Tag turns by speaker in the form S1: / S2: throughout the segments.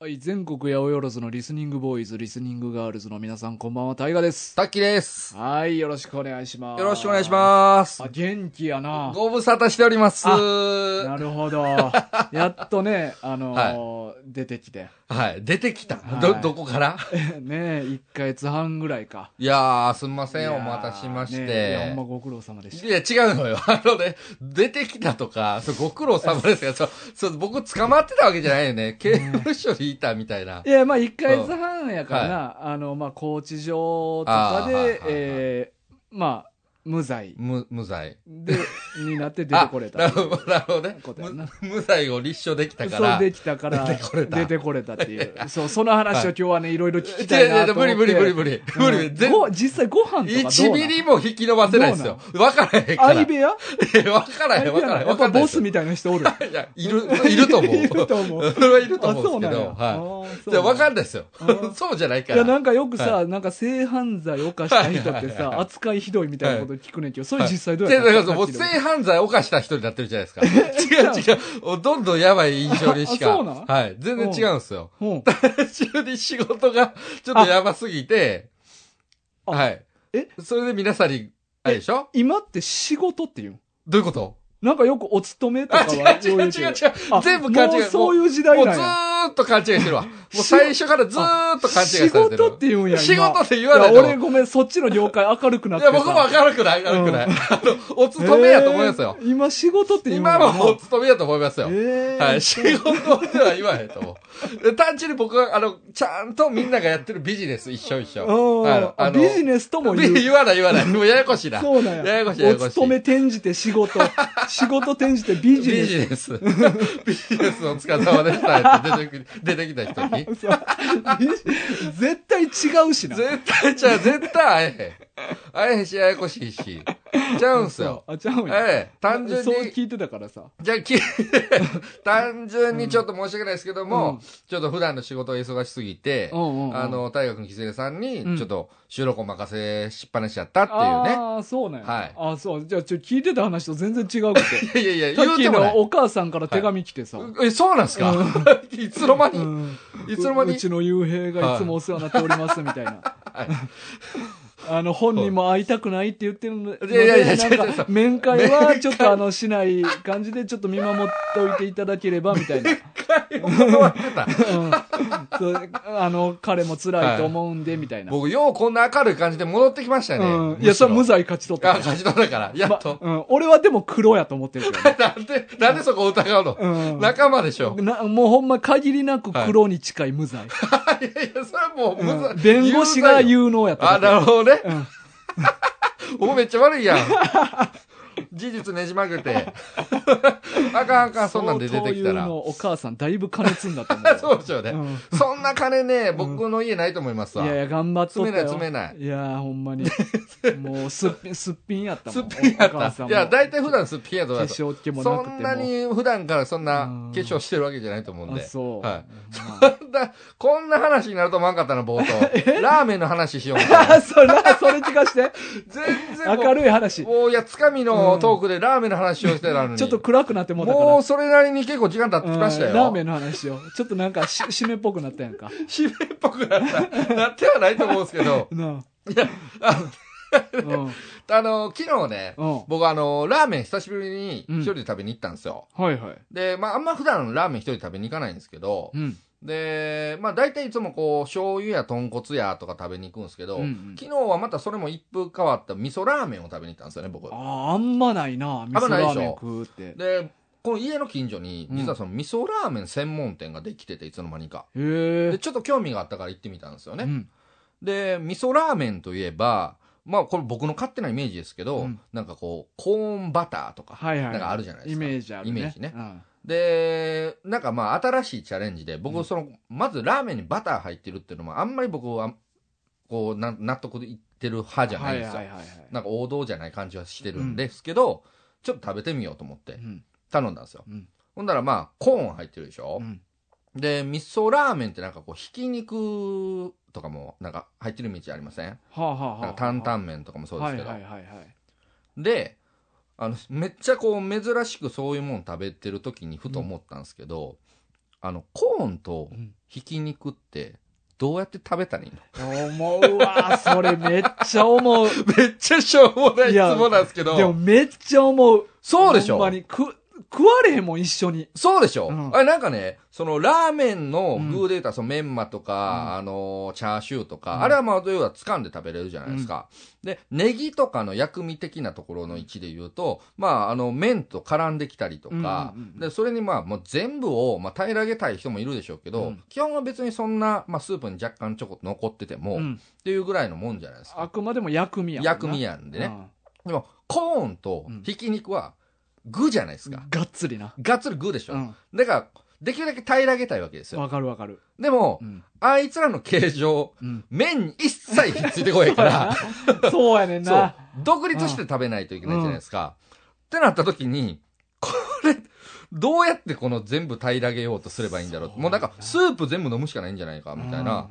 S1: はい、全国八百万のリスニングボーイズ、リスニングガールズの皆さん、こんばんは、タイガです。
S2: タッキーです。
S1: はい、よろしくお願いします。
S2: よろしくお願いします
S1: あ、。元気やな。
S2: ご無沙汰しております。
S1: な
S2: は
S1: るほ ど。やっとね、あのー出てきて。
S2: い。出てきた。
S1: は
S2: ど、
S1: い
S2: どこから
S1: ね一1ヶ月半ぐらいか。
S2: いやー、すみませ
S1: いや
S2: ん。
S1: ー
S2: お待たせしまし
S1: ねいや、ほ
S2: て
S1: んま。ご苦労様でし
S2: いや、違うのよ。 あのね、出てきたとか、そうご苦労様で すが、そう、そう、僕捕まってたわけじゃないよね。刑務所にいたみたいな
S1: た。。いや、まあ、1ヶ月半やからな、あの、まあ、拘置所とか
S2: あーはいはいは
S1: で
S2: い、
S1: えーまあ、無罪
S2: む、無罪。
S1: で、になって出てこれ
S2: あな
S1: た
S2: る。ほど、なるほどね
S1: ことやな。
S2: む無罪を立証できたか
S1: そう
S2: ら。
S1: できたから
S2: 出てこれた
S1: 出てこれたっていうそうその話を今日はねいろいろ聞きたい
S2: いやい
S1: な
S2: や
S1: と思
S2: 無
S1: って
S2: 理無理無理無理。無理。全
S1: ご実際ご飯とか
S2: 1
S1: どう
S2: ミ
S1: なの
S2: リも引き伸ばせないですよ。わからへんから。
S1: 相部屋
S2: え、わからへん、
S1: 相部屋なの
S2: わからへん。
S1: や
S2: わ
S1: っぱ
S2: かんない
S1: ボ
S2: で
S1: ス
S2: す
S1: みたいな人おる
S2: いや、いる、いると思う。
S1: いると思う
S2: それはいると思
S1: あそううん
S2: で
S1: な
S2: す
S1: ん
S2: け
S1: や
S2: ど、
S1: あ
S2: は
S1: ー
S2: い。
S1: そう
S2: じ
S1: なん
S2: ゃ
S1: や
S2: わかんないですよ
S1: う。
S2: そうじゃないか
S1: いや
S2: ら。
S1: なんかよくさ、
S2: は
S1: なんか性犯罪を犯した人って
S2: はいはいは
S1: さ
S2: い
S1: 扱いひどいみたいなこと聞くねんけど、それ実際どう
S2: はい
S1: や
S2: い
S1: った
S2: だからもう性犯罪を犯した人になってるじゃないですか。違う違う。どんどんやばい印象にし
S1: あ
S2: か。
S1: そうなん
S2: はい。全然違うんですよ。
S1: うん
S2: 単純に仕事がちょっとやばすぎて、
S1: あ
S2: はい。
S1: え
S2: それで皆さんに、あれでしょ
S1: 今って仕事っていうの
S2: どういうこと
S1: なんかよくお勤めとか
S2: あ、
S1: は
S2: 違う
S1: よ
S2: 違う
S1: う
S2: 違う違
S1: 言
S2: う
S1: うけど。あ
S2: 全部勘違
S1: も
S2: い。
S1: うそういう時
S2: も
S1: 代
S2: う
S1: なん
S2: ず
S1: や
S2: ーっと勘違いしてるわ。も う最初からずーっと勘違いされ
S1: 仕
S2: てる。
S1: 事って言うんや今
S2: 仕事って言わない
S1: い
S2: と
S1: や俺ごめんそっちの業界明るくなっ
S2: い
S1: てさ
S2: や、僕も明るくない、明るくない。あの、お勤めやと思いますよ。
S1: えー今仕事って言うんや
S2: 今
S1: な
S2: はもうお勤めやと思いますよ。
S1: えー
S2: はい、仕事では言わへんと思う。単純に僕は、あの、ちゃんとみんながやってるビジネス一緒一緒。
S1: うん
S2: はい
S1: あビジネスとも言う
S2: ビ言わない言わない。もうややこしいな。
S1: そうなんや。
S2: ややこしいややこしい
S1: お勤め転じて仕 事。仕事転じてビ
S2: ビ
S1: ジネ
S2: ジ
S1: ス。
S2: ネス。ビジネスの使い様でしたって出てき出てきた人に。
S1: そうビジ 絶対違うしな。
S2: 絶対ちゃう、絶対会えへん。会えへんし、ややこしいし。ちゃうんすよ。
S1: あ、ちゃうんや。
S2: ええ、単純
S1: そう
S2: に、
S1: 聞いてたからさ。
S2: じゃあき 単純にちょっと申し訳ないですけど
S1: う
S2: も、
S1: ん
S2: ちょっと普段の仕事が忙しすぎて、
S1: うんうんうん
S2: あの、大学のきずれさん
S1: うん
S2: に、ちょっと収録を任せしっぱなしちゃったっていうね。
S1: ああ、そうなんや。
S2: はい
S1: あそう。じゃあ、ちょ、聞いてた話と全然違うくて。
S2: いやいやい
S1: さ
S2: や、
S1: っ
S2: 言う
S1: き
S2: てもな
S1: の
S2: い。
S1: お母さんから手紙来てさ。
S2: え、そうなんすか、 いつの間に、
S1: うん
S2: いつの間
S1: う
S2: に
S1: うちの幽閉がいつもお世話になっておりますみたい な。あの、本人も会いたくないって言ってるの
S2: いやいやいや
S1: で、
S2: 違う
S1: なん
S2: 違う
S1: か、面会はちょっとあの、しない感じで、ちょっと見守っておいていただければ、みたいな。
S2: 断ってた。
S1: うんそうあの、彼も辛いと思うんで、みたいな。
S2: 僕、ようこんな明るい感じで戻ってきましたね。
S1: うん。いや、それは無罪勝ち取った
S2: あ、
S1: から。
S2: 勝ち取ったから。やっと。
S1: まうん。俺はでも黒やと思ってるけ
S2: なんで、なんでそこ疑うの、
S1: どね。うん。
S2: 仲間でしょ。
S1: なもうほんま限りなく黒に近い無罪。
S2: いやいや、それはもう、む
S1: う
S2: ず
S1: ん弁護士が
S2: う。
S1: 有能やった
S2: あ、
S1: だけ。
S2: なるほどね。
S1: うん
S2: おめっちゃ悪いやん。事実ねじ曲 げて。あかんあかん、そんなんで出てきた
S1: 相当言う
S2: ら。
S1: のお母さんだいぶ金積んだと思
S2: そうでしょうね。
S1: う。
S2: そんな金ね、僕の家ないと思います
S1: うん、
S2: わ。
S1: いやいや、頑張っとったよ。。
S2: 詰めない詰めない
S1: いやー、ほんま に。もうすっぴん、すっぴんやったもん。
S2: すっぴんや
S1: お母
S2: っ
S1: さ
S2: た。
S1: ん
S2: い
S1: も
S2: や、だいたい普段すっぴんやと
S1: 化
S2: 思います。
S1: 粧っ気もなく
S2: そ
S1: ても。
S2: んなに普段からそん
S1: うん
S2: な化粧してるわけじゃないと思うん
S1: あ、
S2: で。
S1: そう。
S2: はい
S1: まあ
S2: そんな、こんな話になると思わんかった な、冒頭。ラーメンの話しようみたいな。
S1: あ、それ、それ聞かして。
S2: 全然もう
S1: 明るい話。ち
S2: もう、いや、つかみのトークでラーメンの話をしてたのに。
S1: ょっと暗くなってもうたから。
S2: もう、それなりに結構時間経って
S1: う
S2: き
S1: ん
S2: ましたよ。
S1: ラ ーメンの話を。ちょっとなんかし、締めっぽくなったやんか。
S2: 締めっぽくなった。なってはないと思うんですけど、
S1: な
S2: あ
S1: あ。うん。うん。
S2: あの、昨日ね、
S1: は
S2: 僕あの、ラーメン久しぶりに一人で食べに行ったんですよ。
S1: いはい。
S2: で、まあ、あんま普段ラーメン一人で食べに行かないんですけど
S1: う、ん。
S2: で、まあ、大体いつもこう、醤油や豚骨やとか食べに行くんですけど、
S1: うんうん
S2: 昨日はまたそれも一風変わった味噌ラーメンを食べに行ったんですよね、僕
S1: あ。あ、あんまないな。味噌
S2: んまない
S1: ラー
S2: でしょ
S1: メン食うって。
S2: で、この家の近所に、
S1: うん
S2: 実はその味噌ラーメン専門店ができてて、いつの間にか。
S1: へ
S2: で、
S1: え。
S2: ちょっと興味があったから行ってみたんですよね。
S1: うん。
S2: で、味噌ラーメンといえば、まあこれ僕の勝手なイメージですけど、
S1: うん
S2: なんかこう、コーンバターとか、
S1: はいはい。
S2: なんかあるじゃないですか。
S1: イメージあるね。
S2: イメージね
S1: うん
S2: で、なんかまあ新しいチャレンジで、
S1: う
S2: 僕
S1: ん
S2: その、まずラーメンにバター入ってるっていうのも、あんまり僕は、こう、な納得いってる派じゃないんですよ。
S1: はいはいはいはい
S2: なんか王道じゃない感じはしてるんですけど、ちょっと食べてみようと思って
S1: うん
S2: 頼んだんですよ。
S1: うん
S2: ほんだらまあ、コーン入ってるでしょ、
S1: うん
S2: で、味噌ラーメンってなんかこう、ひき肉とかもなんか入ってるイメージありません
S1: はあはあはあ
S2: なんか担々麺とかもそうですけど。
S1: はいはいはいはい。
S2: で、あの、めっちゃこう、珍しくそういうもん食べてる時にふと思ったんですけど、あの、コーンと
S1: うん
S2: ひき肉って、どうやって食べたらいいの
S1: 思うわ、それめっちゃ思う。
S2: めっちゃしょうもない
S1: い
S2: 質
S1: や
S2: 問なんですけ
S1: でも
S2: ど、
S1: めっちゃ思う。
S2: そうでし
S1: ほん
S2: ょ
S1: まに、く、食われへんもん、一緒に。
S2: そうでしょ、
S1: うん
S2: あれなんかね、そのラーメンの
S1: うん
S2: 具で言ったら、そのメンマとか、あのー、チャーシューとか、
S1: うん
S2: あれはまあ、要は掴んで食べれるじゃないですか。で、ネギとかの薬味的なところの位置で言うと、まあ、あの、麺と絡んできたりとか、
S1: うんうんうん
S2: で、それにまあ、もう全部を、まあ、平らげたい人もいるでしょうけど、
S1: うん
S2: 基本は別にそんな、まあ、スープに若干ちょこっと残ってても、
S1: う
S2: っ
S1: ん。
S2: ていうぐらいのもんじゃないですか。
S1: あくまでも薬味やもんな
S2: 薬味やんでね。でも、コーンとひき肉は具じゃないです
S1: うん
S2: か。
S1: がっつりな。
S2: がっつり具でしょ、
S1: うん。
S2: だから、できるだけ平らげたいわけですよ。
S1: わかるわかる。
S2: でも
S1: う、ん。
S2: あいつらの形状、
S1: うん。
S2: 麺に一切ひっついてこない
S1: そ
S2: か
S1: う や
S2: ら、
S1: なそうやねん
S2: そ
S1: な
S2: う。、独立して食べないといけないじゃないですか。ってなった時に、これ、どうやってこの全部平らげようとすればいいんだろう
S1: そう
S2: もうなんか、スープ全部飲むしかないんじゃないか、みたいな。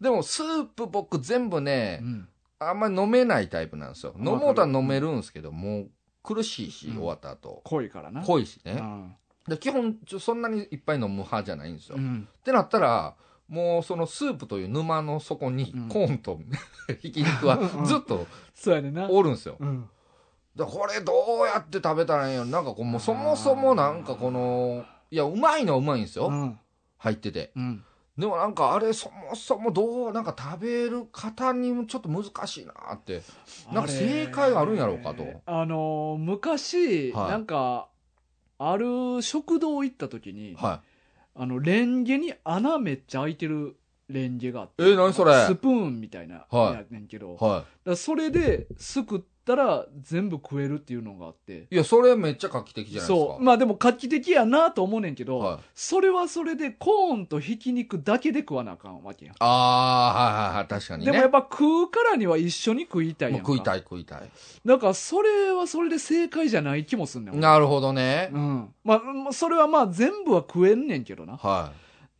S2: でも、スープ僕全部
S1: う
S2: ね、
S1: ん。
S2: あんまり飲めないタイプなんですよ。
S1: わか
S2: 飲
S1: る
S2: もうとは飲めるんですけど、もう苦しいし、
S1: うん
S2: 終わった後。
S1: 濃いからな。
S2: 濃いし
S1: う
S2: ね。
S1: ん
S2: で基本、ちょそんなにいっぱい飲む派じゃないんですよ
S1: う。ん。
S2: ってなったら、もうそのスープという沼の底に
S1: うん
S2: コーンと ひき肉は
S1: うん
S2: ずっと
S1: そうやねんな。
S2: おるんですよ。
S1: うん。
S2: だからこれどうやって食べたらいいのなんかこう、もうそもそもなんかこの、いや、うまいのはうまいんです
S1: う
S2: よ。
S1: ん。
S2: 入ってて。
S1: うん。
S2: でもなんかあれそもそもどう、なんか食べる方にもちょっと難しいなって。なんか正解あるんやろうかと
S1: あのー昔、
S2: はい
S1: なんかある食堂行った時に、
S2: は
S1: あのレンゲに穴めっちゃ開いてるレンゲがあって
S2: えー何それ
S1: スプーンみたいな
S2: はい
S1: やねんけど、
S2: い。
S1: だか
S2: は
S1: らそれですくったら全部食えるっていうのがあって
S2: い。いや、それめっちゃ画期的じゃないですか。
S1: そうまあでも画期的やなと思うねんけど、
S2: はい。
S1: それはそれでコーンとひき肉だけで食わなあかんわけやん、
S2: ああ、はいはいはい、確かに
S1: でもや
S2: ね
S1: っ。ぱ食うからには一緒に食いたい
S2: も
S1: や
S2: うん
S1: か
S2: 食いたい食いたい。
S1: なんかそれはそれで正解じゃない気もすんねん俺
S2: なるほどね
S1: う。ん。まあまあ、それはまあ全部は食えんねんけどな。
S2: はい。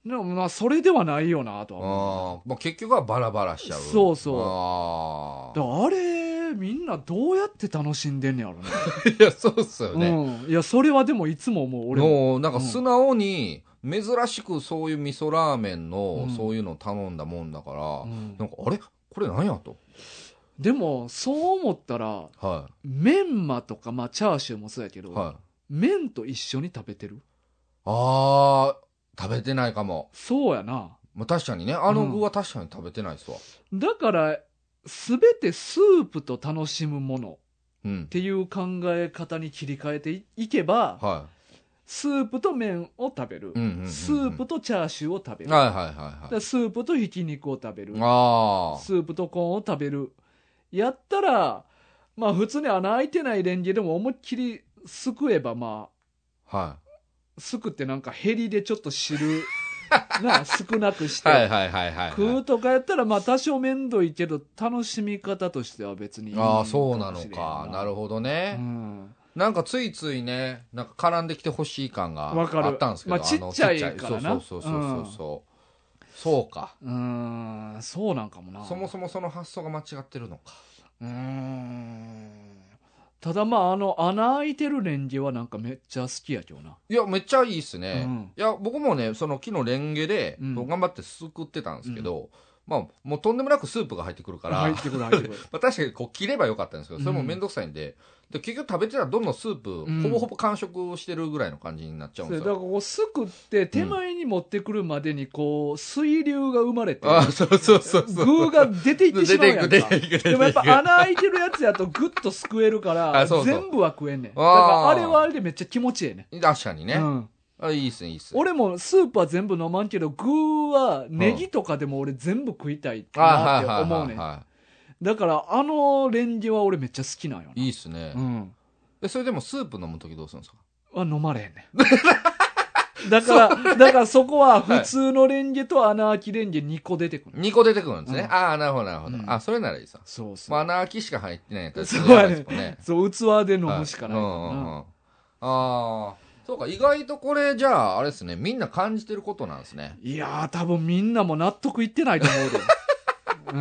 S1: でもまあ、それではないよな、とは思
S2: あーまあ、結局はバラバラしちゃう。
S1: そうそう
S2: あ
S1: う。だからあれ、みんなどうやって楽しんでんねやろ
S2: あ。いや、そうっすよ
S1: ね。
S2: ね。
S1: うん。いや、それはでもいつも思う、俺も。
S2: もう、なんか素直に、珍しくそういう味噌ラーメンの
S1: う、ん
S2: そういうの頼んだもんだから、
S1: うん
S2: なんか、あれこれなんやと。
S1: でも、そう思ったら、
S2: は
S1: メンマとか、まあ、チャーシューもそうやけ
S2: い。
S1: ど、
S2: はい。
S1: 麺と一緒に食べてる
S2: ああ、食べてないかも。
S1: そうやな。
S2: まあ、確かにね、あの具は確かに食べてないっすわ。
S1: だから、すべてスープと楽しむもの
S2: うん
S1: っ。ていう考え方に切り替えていいけば、
S2: は
S1: スープと麺を食べる
S2: い。うんうんうんうん。
S1: スープとチャーシューを食べる。
S2: はいはいはい
S1: で
S2: はい。
S1: スープとひき肉を食べる。
S2: あ
S1: スープとコーンを食べる。やったら、まあ普通に穴開いてないレンゲでも思いっきりすくえばまあ、
S2: あ。は
S1: すくってなんかヘリでちょっと 汁、なあ、少なくし
S2: い。はい
S1: て。
S2: はいはいはい。
S1: 食うとかやったらまあ多少面倒いけど、楽しみ方としては別にいい
S2: ああ、そうなの
S1: もしれん
S2: か。なるほどね。
S1: うん
S2: なんかついついね、なんか絡んできてほしい感が
S1: わかる
S2: あったんですけど、
S1: まあ
S2: の
S1: ちっちゃいからな
S2: そうそうそうそうそう。そうか。
S1: うーん、そうなんかもな。
S2: そもそもその発想が間違ってるのか。
S1: うーんただまああの穴開いてるレンゲはなんかめっちゃ好きやけどな。
S2: いや、めっちゃいいっす
S1: う
S2: ね。
S1: ん。
S2: いや、僕もね、その木のレンゲで、
S1: うん
S2: 頑張ってすくってたんですけど、まあ、もうとんでもなくスープが入ってくるから、
S1: 入
S2: ま
S1: ってくる入ってくる。
S2: あ確かにこう切ればよかったんですけど、それもめんどくさいんで、で結局食べてたらどんどんスープ、
S1: うん
S2: ほぼほぼ完食してるぐらいの感じになっちゃうん
S1: そ
S2: で
S1: う
S2: す
S1: だから
S2: よ。
S1: こうすくって手前に持ってくるまでにこう水流が生まれて、
S2: ああ、そうそうそうそう。
S1: 具が出ていってし
S2: 出
S1: まう
S2: てい
S1: や
S2: く、
S1: んか
S2: 出。ていく、出ていく。
S1: でもやっぱ穴開いてるやつやとグッとすくえるから
S2: あそうそう
S1: 全部は食えんねん。だ
S2: あ
S1: か
S2: ー
S1: らあれはあれでめっちゃ気持ちええね
S2: 確かにね。
S1: ん。うん
S2: あいいっすね、いいっすね。
S1: 俺もスープは全部飲まんけど具はネギとかでも俺全部食いたいなって
S2: あ
S1: 思うねん。だから、あのレンゲは俺めっちゃ好きなんよな。
S2: いいっすね
S1: う。ん。
S2: え、それでもスープ飲むときどうするんですか
S1: は飲まれへんねん。 だから、だからそこは普通のレンゲと穴あきレンゲ2個出てくる。
S2: ?2 個出てくるんですね。
S1: うん
S2: ああ、なるほど、なるほど
S1: う。ん
S2: あ、それならいいさ。
S1: そうそう。
S2: まあ、穴開きしか入ってないやったら、
S1: そう
S2: ちょっとや
S1: や
S2: ばいっすもん
S1: ね
S2: ね。。
S1: そう、器で飲むしかないか
S2: はいうんうんうん
S1: ら
S2: ああ、そうか、意外とこれ、じゃあ、あれですね、みんな感じてることなんですね。
S1: な。いやー、多分みんなも納得いってないと思うで。う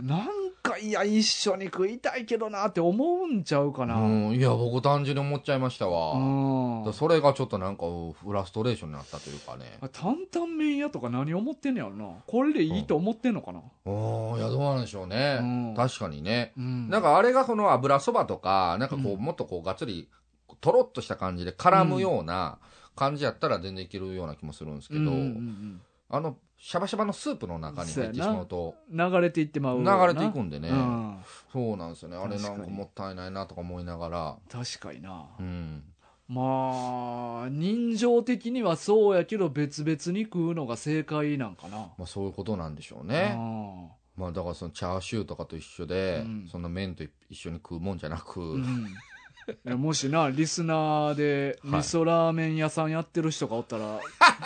S1: ん。なんかいいや、一緒に食いたいけどなって思うんちゃうかな。うん。
S2: うん、いや、僕単純に思っちゃいましたわ。だからそれがちょっとなんか、うんフラストレーションになったというかね。
S1: あ担々麺屋とか何思ってんねやろな。これでいいと思ってんのかな。
S2: うん、いや、どうなんでしょうね。
S1: うん
S2: 確かにね。
S1: うん。
S2: なん
S1: か、
S2: かあれがこの油そばとか、なんかこう、
S1: うん
S2: もっとこう、がっつり、とろっとした感じで絡むような感じやったら全然いけるような気もするんですけ
S1: う
S2: ど、
S1: んうん
S2: あの、シャバシャバのスープの中に入ってしまうと、
S1: うん、流れていってまう
S2: 流
S1: な。
S2: れていくんでね、
S1: うん。
S2: そうなんですよね。あれなん
S1: 確
S2: か
S1: かに
S2: もったいないなとか思いながら、
S1: 確かにな。
S2: うん。
S1: まあ、人情的にはそうやけど、別々に食うのが正解なんかな。
S2: まあそういうことなんでしょうね。
S1: うん
S2: まあだからそのチャーシューとかと一緒で、
S1: うん
S2: そんな麺と一緒に食うもんじゃなく、
S1: うんいやもしなリスナーで味
S2: はい
S1: 噌ラーメン屋さんやってる人がおったら、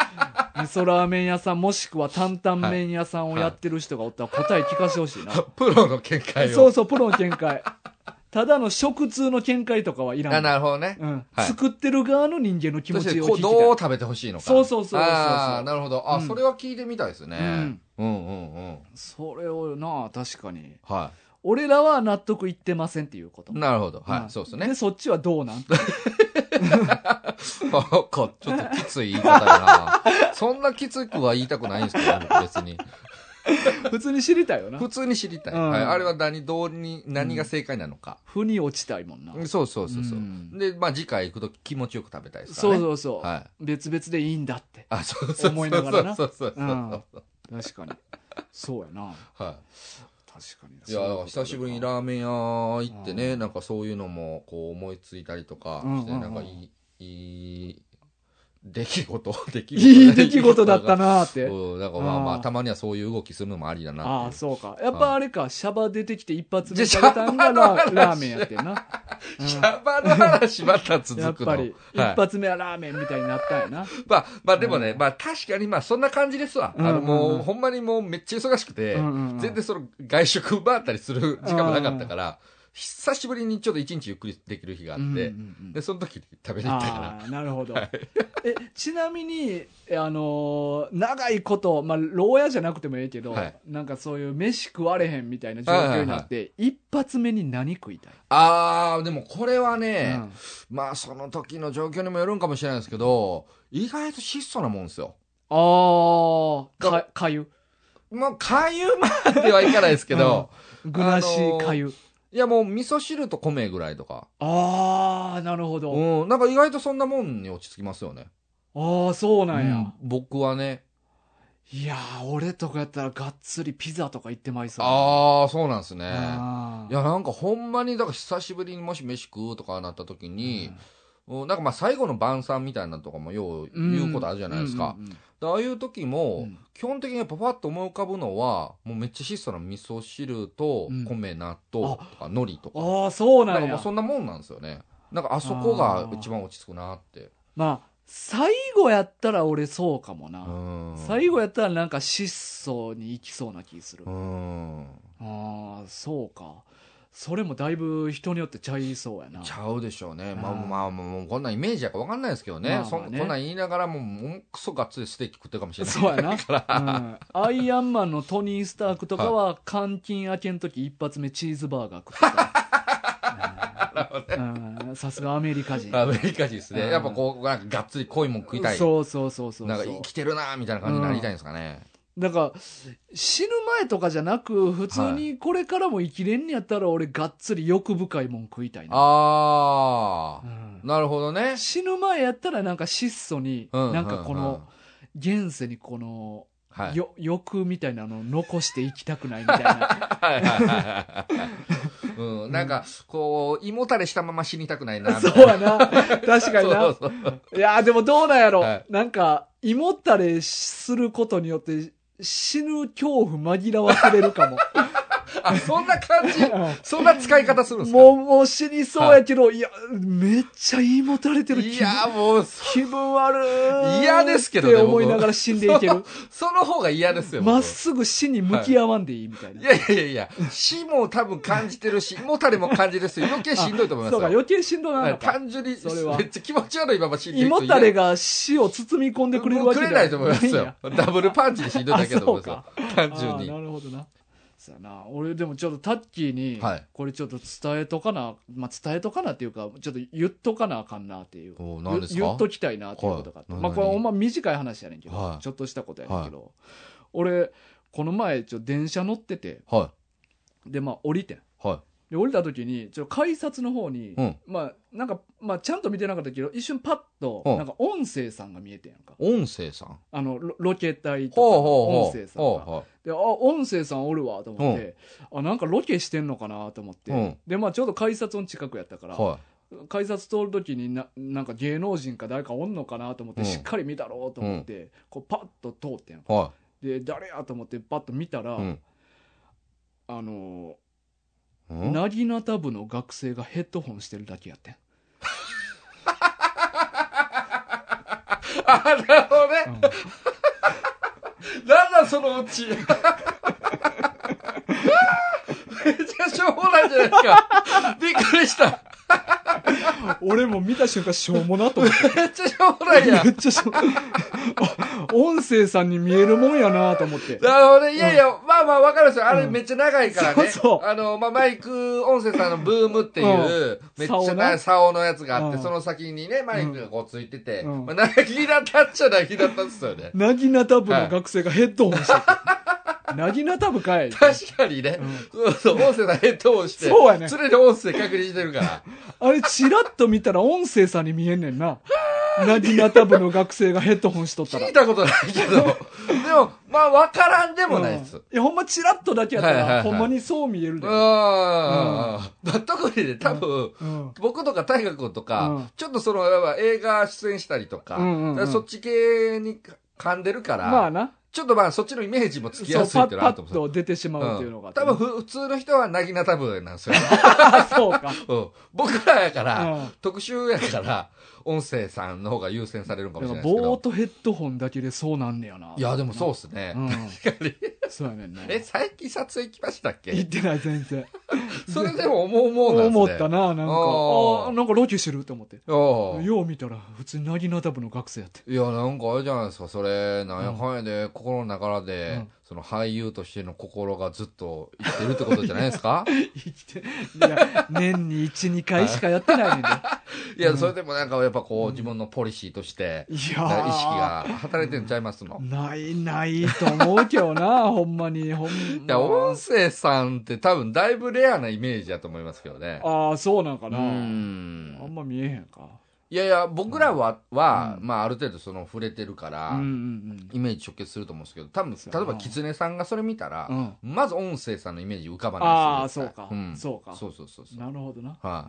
S1: 味噌ラーメン屋さんもしくは担々麺屋さんをやってる人がおったら答え聞かせてほしいな、
S2: プロの見解を。
S1: そうそうプロの見解ただの食通の見解とかはいら
S2: あ
S1: ん、
S2: なるほどね。
S1: うん
S2: はい
S1: 作ってる側の人間の気持
S2: そし
S1: ち
S2: て
S1: を
S2: こ
S1: 聞
S2: う
S1: き
S2: どう
S1: た
S2: 食べてほしいのか。
S1: そうそうそうそうそう
S2: ああ、なるほど。あ、
S1: うん
S2: それは聞いてみたいですね。うんうんうん。
S1: いそれをな確かに
S2: は
S1: 俺らは納得いってませんっていうこと
S2: い。なるほど。はい。
S1: ん
S2: そうですね
S1: で。そっちはどう なん
S2: あこちょっときつい言い方 だな。そんなきつくは言いたくないんですけど、僕別に。
S1: 普通に知りたいよな
S2: 普通に知りたい。
S1: うん
S2: はい、あれは何、どうに、何が正解なのか。
S1: 腑に落ちたいもんな、
S2: そうそうそうそうう。
S1: ん
S2: で、まあ次回行くと気持ちよく食べたいですか
S1: そ
S2: ら
S1: う
S2: ね。
S1: そうそう、
S2: はい。
S1: 別々でいいんだって
S2: あ、そうそうそう。
S1: 思いながらな
S2: そうそうそうそう。
S1: 確かにそうやな
S2: は
S1: 確か
S2: い、
S1: に
S2: いやだから久しぶりにラーメン屋行ってね、
S1: うん
S2: なんかそういうのもこう思いついたりとか
S1: うんうんうん
S2: して、なんかいいいい出来事 出来事
S1: いい出来事だったなーって、
S2: うん、なんかまあま
S1: あ
S2: あ
S1: ー
S2: たまにはそういう動きするのもありだ
S1: あ
S2: な
S1: あ
S2: って
S1: そうかやっぱあれかシャバ出てきて一発目
S2: じ
S1: 食
S2: ゃ
S1: べたんが
S2: シャバの
S1: ラ
S2: 話
S1: ラーメンやってんな、う
S2: い
S1: ん
S2: うシャバの話また続くの
S1: やっぱり、
S2: はい
S1: 一発目はラーメンみたいになったん やな
S2: まあまあでもね、
S1: うん
S2: まあ確かにまあそんな感じですわ、あの
S1: うんうん
S2: も
S1: うん
S2: うほんまにもうめっちゃ忙しくて、
S1: うんうんうん
S2: 全然その外食奪ったりする時間もなかったから、久しぶりにちょっと一日ゆっくりできる日があって、
S1: うんうんうん
S2: でその時に食べに行ったから
S1: ああなるほど、えちなみに、あのー長いこと、まあ、牢屋じゃなくてもええけど、
S2: はい
S1: なんかそういう飯食われへんみたいな状況になって、一発目に何食いたい、
S2: あーでもこれは
S1: う
S2: ね
S1: ん、
S2: まあその時の状況にもよるんかもしれないですけど意外と質素なもんですよ
S1: ああ、か、かゆ。
S2: もうかゆまではいかないですけど、
S1: 具なしかゆ。
S2: いやもう味噌汁と米ぐらいとか、
S1: ああ、なるほど。
S2: うん、なんか意外とそんなもんに落ち着きますよね、
S1: ああ、そうなんや。
S2: うん僕はね
S1: いやー、俺とかやったらがっつりピザとか行ってまいそう。
S2: ああそうなんですね
S1: あ
S2: いやなんかほんまにだから久しぶりにもし飯食うとかなった時に、うんなんかまあ最後の晩餐みたいなのとかもよう言うことあるじゃないですか、
S1: うんうんうん
S2: でああいう時も、
S1: うん
S2: 基本的にやっぱパッと思い浮かぶのはもうめっちゃ質素な味噌汁と
S1: うん
S2: 米納豆とか海苔とか,、
S1: ああ、そう
S2: な
S1: なんん
S2: か
S1: や。
S2: もうそんなもんなんですよねなんかあそこが一番落ち着くなって
S1: まあ、最後やったら俺そうかもな。
S2: うん
S1: 最後やったらなんか質素に行きそうな気する。
S2: うん
S1: ああ、そうか。それもだいぶ人によってちゃいそうやな。
S2: ちゃうでしょうね、まあ
S1: うん
S2: まあもうこんなんイメージやから分かんないですけどね,
S1: まあまあ
S2: そん、
S1: ね
S2: こんなん言いながらもうもうクソがっつりステーキ食ってるかもしれない
S1: そうやな。
S2: から、
S1: うん、アイアンマンのトニー・スタークとかは監禁明けの時一発目チーズバーガー食 ってたうんうんさすがアメリカ人
S2: アメリカ人ですね、
S1: うん
S2: やっぱこうなんかがっつり濃いもん食いたい
S1: そうそうそうそう
S2: なん
S1: そ
S2: か
S1: う
S2: 生きてるなみたいな感じになりたいんですかね、
S1: なんか死ぬ前とかじゃなく普通にこれからも生きれんにやったら俺がっつり欲深いもん食いたいな、
S2: ああ、
S1: うん
S2: なるほどね
S1: 死ぬ前やったらなんか質素に、
S2: うん
S1: なんかこ
S2: うんうん
S1: の現世にこの、
S2: はい、
S1: よ欲みたいなのを残していきたくないみたい な
S2: はいはいはいはいうん、なんか、こう、胃もたれしたまま死にたくないな。みたい
S1: そうやな確かにな
S2: なそうそうそ
S1: い
S2: う
S1: やーでもどうなんやろ、
S2: はい
S1: なんか胃もたれすることによって死ぬ恐怖紛らわされる かも
S2: あ、そんな感じそんな使い方するんですか
S1: もうもう死にそうやけど、い、やめっちゃ胃もたれてる
S2: い
S1: 気分
S2: や、もう、そ
S1: 気分悪い
S2: 嫌ですけどね
S1: って思いながら死んでいける
S2: その方が嫌ですよ。僕
S1: まっすぐ死に向き合わんでいいみたいな、
S2: いやいやいやいや、死も多分感じてるし、胃もたれも感じるし、余計しんどいと思います
S1: そ
S2: よ。
S1: うか余計しんどな
S2: は
S1: るの
S2: い
S1: か
S2: 単純に、
S1: それは
S2: めっちゃ気持ち悪いまま死んで
S1: 胃
S2: る人
S1: もたれが死を包み込んでくれるわけ
S2: く
S1: じゃ
S2: れないと思います
S1: んや
S2: よ。ダブルパンチでしんどいだけだと思いますよ。単
S1: あ
S2: 純
S1: ー
S2: に。
S1: なるほどなそうやな俺でもちょっとタッキーに
S2: はい
S1: これちょっと伝えとかな、まあ、伝えとかなっていうかちょっと言っとかなあかんなっていう
S2: お
S1: 言
S2: 何ですか
S1: 言っときたいなっていうことがあって、
S2: はい
S1: まあ、
S2: 何
S1: これほんま短い話やねんけど、
S2: はい
S1: ちょっとしたことやねんけど、俺この前ちょっと電車乗ってて
S2: は
S1: でまあ降りてん
S2: いは
S1: で降りた時にちょっと改札の方に、
S2: うん
S1: まあなんか、まあ、ちゃんと見てなかったけど一瞬パッと
S2: うん
S1: なんか音声さんが見えてんやんか、
S2: い音声さん
S1: あのロロケ隊とか
S2: ほう
S1: の
S2: ほ
S1: 音
S2: うほう
S1: 声さんが
S2: ほうほ
S1: であ音声さんおるわと思って、あなんかロケしてんのかなと思って、
S2: うん
S1: でまあちょうど改札の近くやったから、
S2: うは
S1: 改札通る時にななんか芸能人か誰かおんのかなと思って、
S2: うん
S1: しっかり見たろうと思って、こうパッと通ってん
S2: いは
S1: で誰やと思ってパッと見たら、
S2: いうん
S1: あの
S2: うん
S1: なぎなた部の学生がヘッドホンしてるだけやってん
S2: あなるほどね
S1: うん
S2: なんだそのうち。めっちゃしょうもないじゃないですか。びっくりした。
S1: 俺も見た瞬間しょうもなと思って
S2: めっちゃしょうもないやん。
S1: めっちゃしょう 音声さんに見えるもんやなと思って
S2: なるほどね。いやいや、まあまあわかるんですよ。あれ
S1: うん
S2: めっちゃ長いからね。
S1: そうそう
S2: あの、まあマイク音声さんのブームっていう、めっちゃ
S1: 竿な
S2: な竿のやつがあって、
S1: うん
S2: その先にね、マイクがこうついてて、
S1: うん
S2: まあ、なぎだったっちゃなぎだったっすよね。
S1: なぎなた部の学生がヘッドホンしててなぎなた部かい
S2: 確かにね。そうそう、音声さんヘッドホンして、
S1: そうやね
S2: 常に音声確認してるから。
S1: あれ、チラッと見たら音声さんに見えんねんな。なぎなた部の学生がヘッドホンし とったら。
S2: 聞いたことないけど、でも、まあわからんでもないっす
S1: うん。いや、ほんまチラッとだけやったら、
S2: はいはいはい
S1: ほんまにそう見えるで。
S2: あーだ特にね、多分、
S1: うん
S2: 僕とか大河君とか、
S1: うん
S2: ちょっとその、やっぱ映画出演したりとか、
S1: うんうんうん
S2: だからそっち系に噛んでるから、
S1: まあな。
S2: ちょっとまあそっちのイメージもつき
S1: そ
S2: や
S1: う、
S2: すい
S1: パ
S2: って
S1: ッ
S2: のは
S1: パ
S2: あると
S1: ッ
S2: 思うん
S1: と出てしまうって
S2: で
S1: いう
S2: す
S1: の
S2: よ。
S1: があ
S2: うん、
S1: って
S2: 多
S1: ね。
S2: 分ふ普通の人はなぎな多分なんですよ、
S1: あ、そうか。
S2: うん。僕らやから、
S1: うん
S2: 特集やから、音声さんの方が優先されるか
S1: だ
S2: もし
S1: か
S2: れ
S1: ら
S2: ないですけ
S1: ボー
S2: ど。
S1: トヘッドホンだけでそうなんねやな。
S2: いや、でもそうっすね。
S1: うん。
S2: 確かに。
S1: そうやねんな。
S2: え、最近撮影来ましたっ
S1: 言っ
S2: け
S1: てない、全然。
S2: それでも思うもんなんですね。
S1: 思ったな、なんか。
S2: おー
S1: ああ、なんかロケしてると思って。
S2: おう
S1: よう見たら、普通になぎなた部の学生やって。
S2: いや、なんかあれじゃないですか、それ、なんやかんやで、心の中で、
S1: うん
S2: その俳優としての心がずっと生きてるってことじゃないで すか
S1: 生きて、いや、年に1、2回しかやってないねんで。
S2: いや、それでもなんかやっぱこう、自分のポリシーとして、
S1: いや
S2: 意識
S1: ー
S2: が働いてんちゃいますの。
S1: ないないと思うけどな ほんまにほん
S2: いや、音声さんって多分だいぶレアなイメージだと思いますけどね。
S1: ああそうなんか
S2: う
S1: なあん
S2: ん。
S1: ま見えへんか
S2: いやいや、僕らは、は
S1: うん
S2: まあある程度その触れてるから、
S1: うんうん
S2: イメージ直結すると思うんですけど、多分、
S1: そうや
S2: 例
S1: な
S2: えば狐さんがそれ見たら、
S1: うんうん
S2: まず音声さんのイメージ浮かばない
S1: ああ
S2: ですよ
S1: そう
S2: 絶対
S1: か
S2: うん
S1: そうか
S2: そうそうそうそう。
S1: なるほどな
S2: は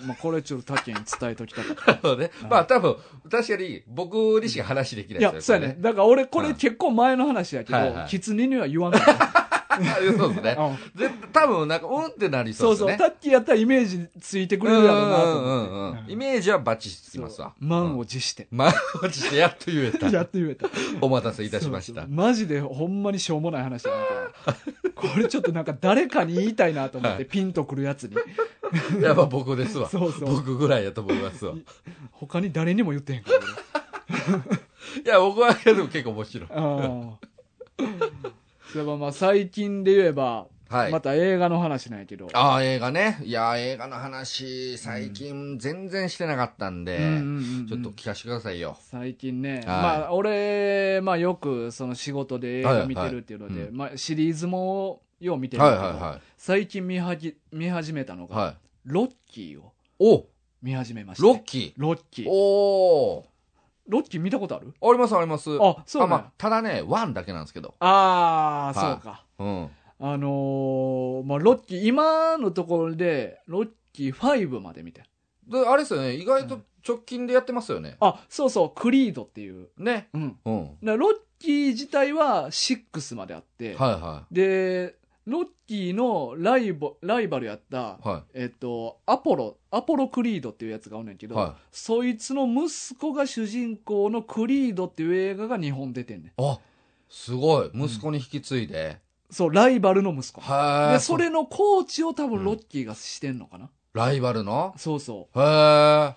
S1: うんまあこれちょっと他県に伝えときたかっ
S2: なるほどね。まあ多分、確かに僕にしか話できな
S1: た
S2: い
S1: いやそうやね。だから俺これ結構前の話やけ
S2: はいは
S1: ど
S2: い
S1: キツネには言わなか
S2: これね あそうです
S1: った
S2: ね。
S1: うん
S2: 絶対多分、なんか、うんってなりそ
S1: そうう
S2: です
S1: そう
S2: ね。
S1: タッキーやったらイメージついてくれるやろうなと
S2: うんうんうん
S1: 思
S2: う
S1: っ
S2: ん
S1: て
S2: イ
S1: うん
S2: メージはバッチリつきますわ
S1: そ。う満を持して
S2: まあ、落ちてやっと言え た。
S1: やって言えた
S2: お待たせいたしました
S1: そうそう。マジでほんまにしょうもない話だなこれこれちょっとなんか誰かに言いたいなと思っ
S2: は
S1: て
S2: い
S1: ピンとくるやつに
S2: やっぱ僕ですわ。
S1: そうそう
S2: 僕ぐらいやと思いますわ。い
S1: 他に誰にも言ってへんから俺
S2: や、僕はでも結構面白い。
S1: ああそういえばまあ最近で言えば、
S2: はい
S1: ま。た映画の話なんやけど
S2: ああ、映画ね。いや、映画の話、最近全然してなかったんで、
S1: うんうんうんうん
S2: ちょっと聞かせてくださいよ。
S1: 最近ね、
S2: い
S1: まあ俺、まあ、よくその仕事で映画見てるっていうので、
S2: はいはいうん
S1: まあ、シリーズもをよう見てる
S2: は
S1: ん
S2: い
S1: だ
S2: は
S1: けど、最近見はぎ見始めたの
S2: い
S1: が、
S2: はい。はい。
S1: ロッキーを
S2: お
S1: 見始めました
S2: ロッキ
S1: ロッキ
S2: ー。
S1: ー
S2: おー。
S1: ロッキー見たことある
S2: ありますあります。
S1: あそう
S2: あ
S1: なんや
S2: まあ、ただね、ワンだけなんですけど。
S1: ああ、
S2: はい
S1: そうか。
S2: うん。
S1: あのーまあ、ロッキー、今のところで、ロッキー5まで見て。
S2: で、あれですよね、意外と直近でやってますよね。
S1: あ、そうそう、クリードっていう。
S2: ね。
S1: うん。だか
S2: うん。はい
S1: らロッキー自体は6まであって、
S2: は
S1: で、ロッキーのライボライバルやった
S2: い。、は
S1: えっと、アポロ、アポロクリードっていうやつがおんねんけ
S2: い。
S1: ど、
S2: は
S1: そいつの息子が主人公のクリードっていう映画が日本出てんねん。
S2: い。あ、すごい。息子に引き継いで。
S1: そう、ライバルの息子。
S2: は
S1: で、
S2: い。
S1: それのコーチを多分ロッキーがしてんのかな。
S2: ライバルの
S1: そうそう。
S2: へえ。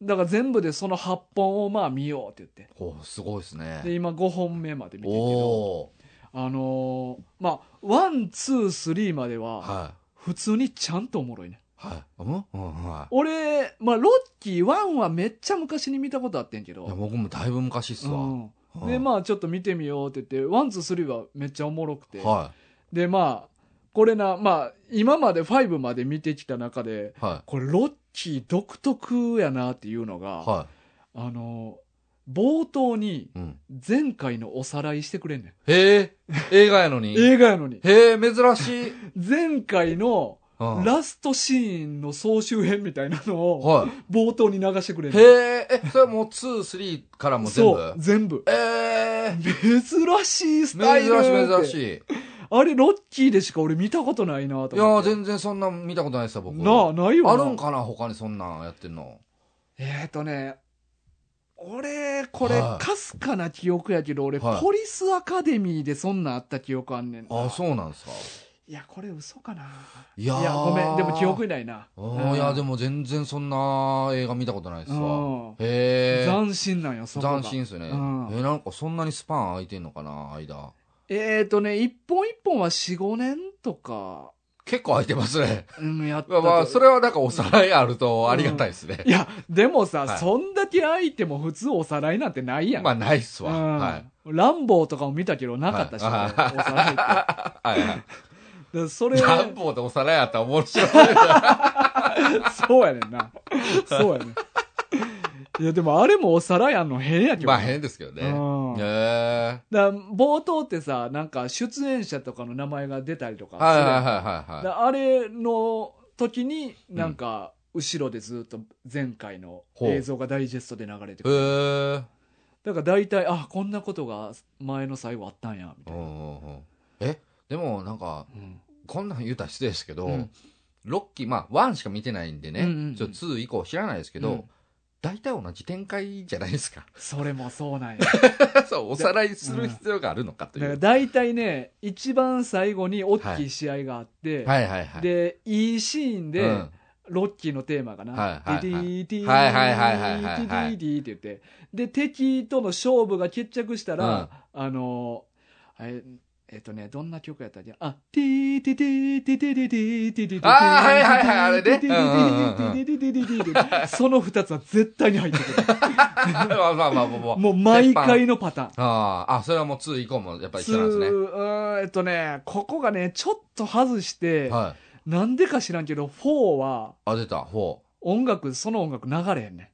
S1: だから全部でその8本をまあ見ようって言って。
S2: おすごいです
S1: で、
S2: ね。
S1: 今5本目まで見てるけど、
S2: お
S1: あのーまあ、ワン、ツー、スリーまでは、
S2: は
S1: 普通にちゃんとおもろいね。
S2: い。はい。うんうん、はい。
S1: 俺、まあ、ロッキー1はめっちゃ昔に見たことあってんけ
S2: いや、
S1: ど、
S2: 僕もだいぶ昔っす
S1: う
S2: わ。
S1: ん。で、まあ、ちょっと見てみようって言って、ワン、ツー、スリーはめっちゃおもろくて、
S2: あ、は
S1: で、まあ、これな、まあ、今まで5まで見てきた中で、
S2: い。は
S1: これ、ロッキー独特やなっていうの
S2: い。
S1: が、
S2: は
S1: あの、冒頭に
S2: い。うん。
S1: 前回のおさらいしてくれんね
S2: へ え、映画やのに。
S1: ん。映画やのに。
S2: へえ、珍しい。
S1: 前回の
S2: うん
S1: ラストシーンの総集編みたいなのを
S2: は
S1: 冒頭に流してくれ
S2: い。
S1: ん
S2: へ
S1: ねん。
S2: え、え、それはもう2、3からも全
S1: そ
S2: 部
S1: う、全部。
S2: ええ
S1: 珍しいスタイルって。
S2: 珍しい珍し
S1: い。
S2: い。
S1: あれ、ロッキーでしか俺見たことないなと
S2: いやー
S1: 思って。
S2: 全然そんな見たことないですよ、僕。
S1: なあ、ないよな。
S2: あるんかな他にそんなんやってんの。
S1: えーとね、俺、これ、
S2: はい
S1: かすかな記憶やけど、俺、
S2: はい
S1: ポリスアカデミーでそんなんあった記憶あんねんな。
S2: あ、そうなんですか。
S1: いや、これ嘘かな。
S2: い
S1: い
S2: やー
S1: や、ごめん、でも記憶にないな。
S2: あーいや、で
S1: も、
S2: も全然そんな映画見たことないですわ。
S1: うん
S2: へえ。
S1: 斬新なんよ、そこが
S2: 斬新っすね。え
S1: うん
S2: ー、なんかそんなにスパン空いてんのかな間。
S1: えーとね、一本一本は4、5年とか、
S2: 結構空いてますね。
S1: うん、やった
S2: まあ
S1: と。
S2: まあ、それはなんかおさらいあるとありがたいですね。
S1: いや、でもさ、
S2: はい
S1: そんだけ空いても普通おさらいなんてないやん。
S2: まあ、ないっす
S1: う
S2: わ。
S1: ん
S2: はい。
S1: ランボーとかも見たけどなかったしね、
S2: はい
S1: おさらいって。だか
S2: はいはい。
S1: らそれ、
S2: 何本でおさらいあったら面白い。
S1: そうやねんな。そうやねん。いや、でもあれもお皿やんの変やけど。
S2: まあ変ですけどね。
S1: うん
S2: へえ。
S1: だから冒頭ってさ、なんか出演者とかの名前が出たりとかする
S2: はい
S1: や
S2: は
S1: ん
S2: いはいはい
S1: だ
S2: は
S1: からあれの時に、なんか、後ろでずっと前回の映像がダイジェストで流れて
S2: い。
S1: く
S2: へ
S1: る。
S2: え。
S1: だから大体、あ、こんなことが前の最後あったんや、み
S2: う
S1: たい
S2: んう
S1: な。
S2: んうんえ、でもなんか、
S1: うん
S2: こんなん言うたら失礼ですけど、
S1: うん
S2: ロッキー、まあ、1しか見てないんでね、
S1: うんうんうん
S2: ちょっと2以降知らないですけ
S1: う
S2: ど
S1: ん、
S2: 大体、同じ展開じゃないですか。
S1: それもそうなんや。
S2: そう、おさらいする必要があるのかとい
S1: だから
S2: う。
S1: 大体ね、一番最後に大きい試合があって、
S2: はいはいはい。
S1: で、いいシーンで、
S2: うん
S1: ロッキーのテーマかな。
S2: はいはい
S1: ディディディ
S2: はいはいはいはいはいはい
S1: ディディディディって言って。で、敵との勝負が決着したら、あのー、あれえっとね、どんな曲やったっけあ、ティーティティティティティティティティティ
S2: あーはいはいはいあれね
S1: ティティティティティティティティティティティティその二つは絶対に入ってくる。
S2: まあまあまあまあまあ。
S1: もう毎回のパターン。
S2: ああ、あ、それはもう2以降もやっぱり一緒なんです
S1: つ
S2: ね。
S1: ーうーんえっとね、ここがね、ちょっと外して、
S2: はい。
S1: なんでか知らんけど、4は
S2: あ、出た。ほ
S1: 音楽、その音楽流れへんね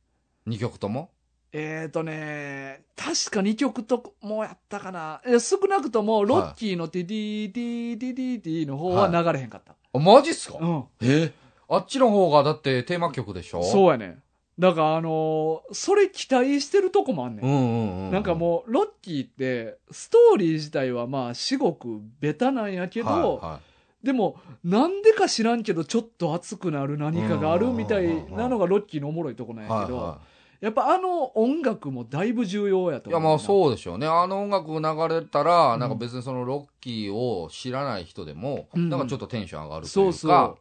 S1: ん。
S2: う。2曲とも
S1: えーとね、確か2曲ともやったかな。え少なくとも、ロッキーのティディディディディディの方は流れへんかった。
S2: あ、マジっすか
S1: うん。
S2: えあっちの方がだってテーマ曲でしょ
S1: そうやねん。だから、あのーそれ期待してるとこもあんね。
S2: うんんうんうん。
S1: なんかもう、ロッキーって、ストーリー自体はまあ、至極ベタなんやけど、
S2: はいはい
S1: でも、なんでか知らんけど、ちょっと熱くなる何かがあるみたいなのがロッキーのおもろいとこなんやけ
S2: はい
S1: ど、
S2: は
S1: やっぱあの音楽もだいぶ重要や
S2: い。
S1: と
S2: い
S1: 思
S2: や
S1: う。
S2: まあそうでしょうね。あの音楽流れたら、
S1: うん
S2: なんか別にそのロッキーを知らない人でも、
S1: うん
S2: なんかちょっとテンション上がるというか。
S1: そうそう。だか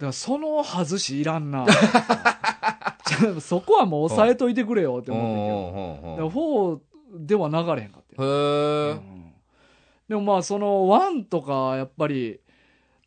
S1: らその外しいらんな。 ちょそこはもう抑えといてくれよって
S2: うんう
S1: 思って
S2: んうん
S1: け
S2: う
S1: ど。
S2: ん。へ
S1: 4では流れへんかったよ、
S2: え
S1: う。んでもまあその1とかやっぱり、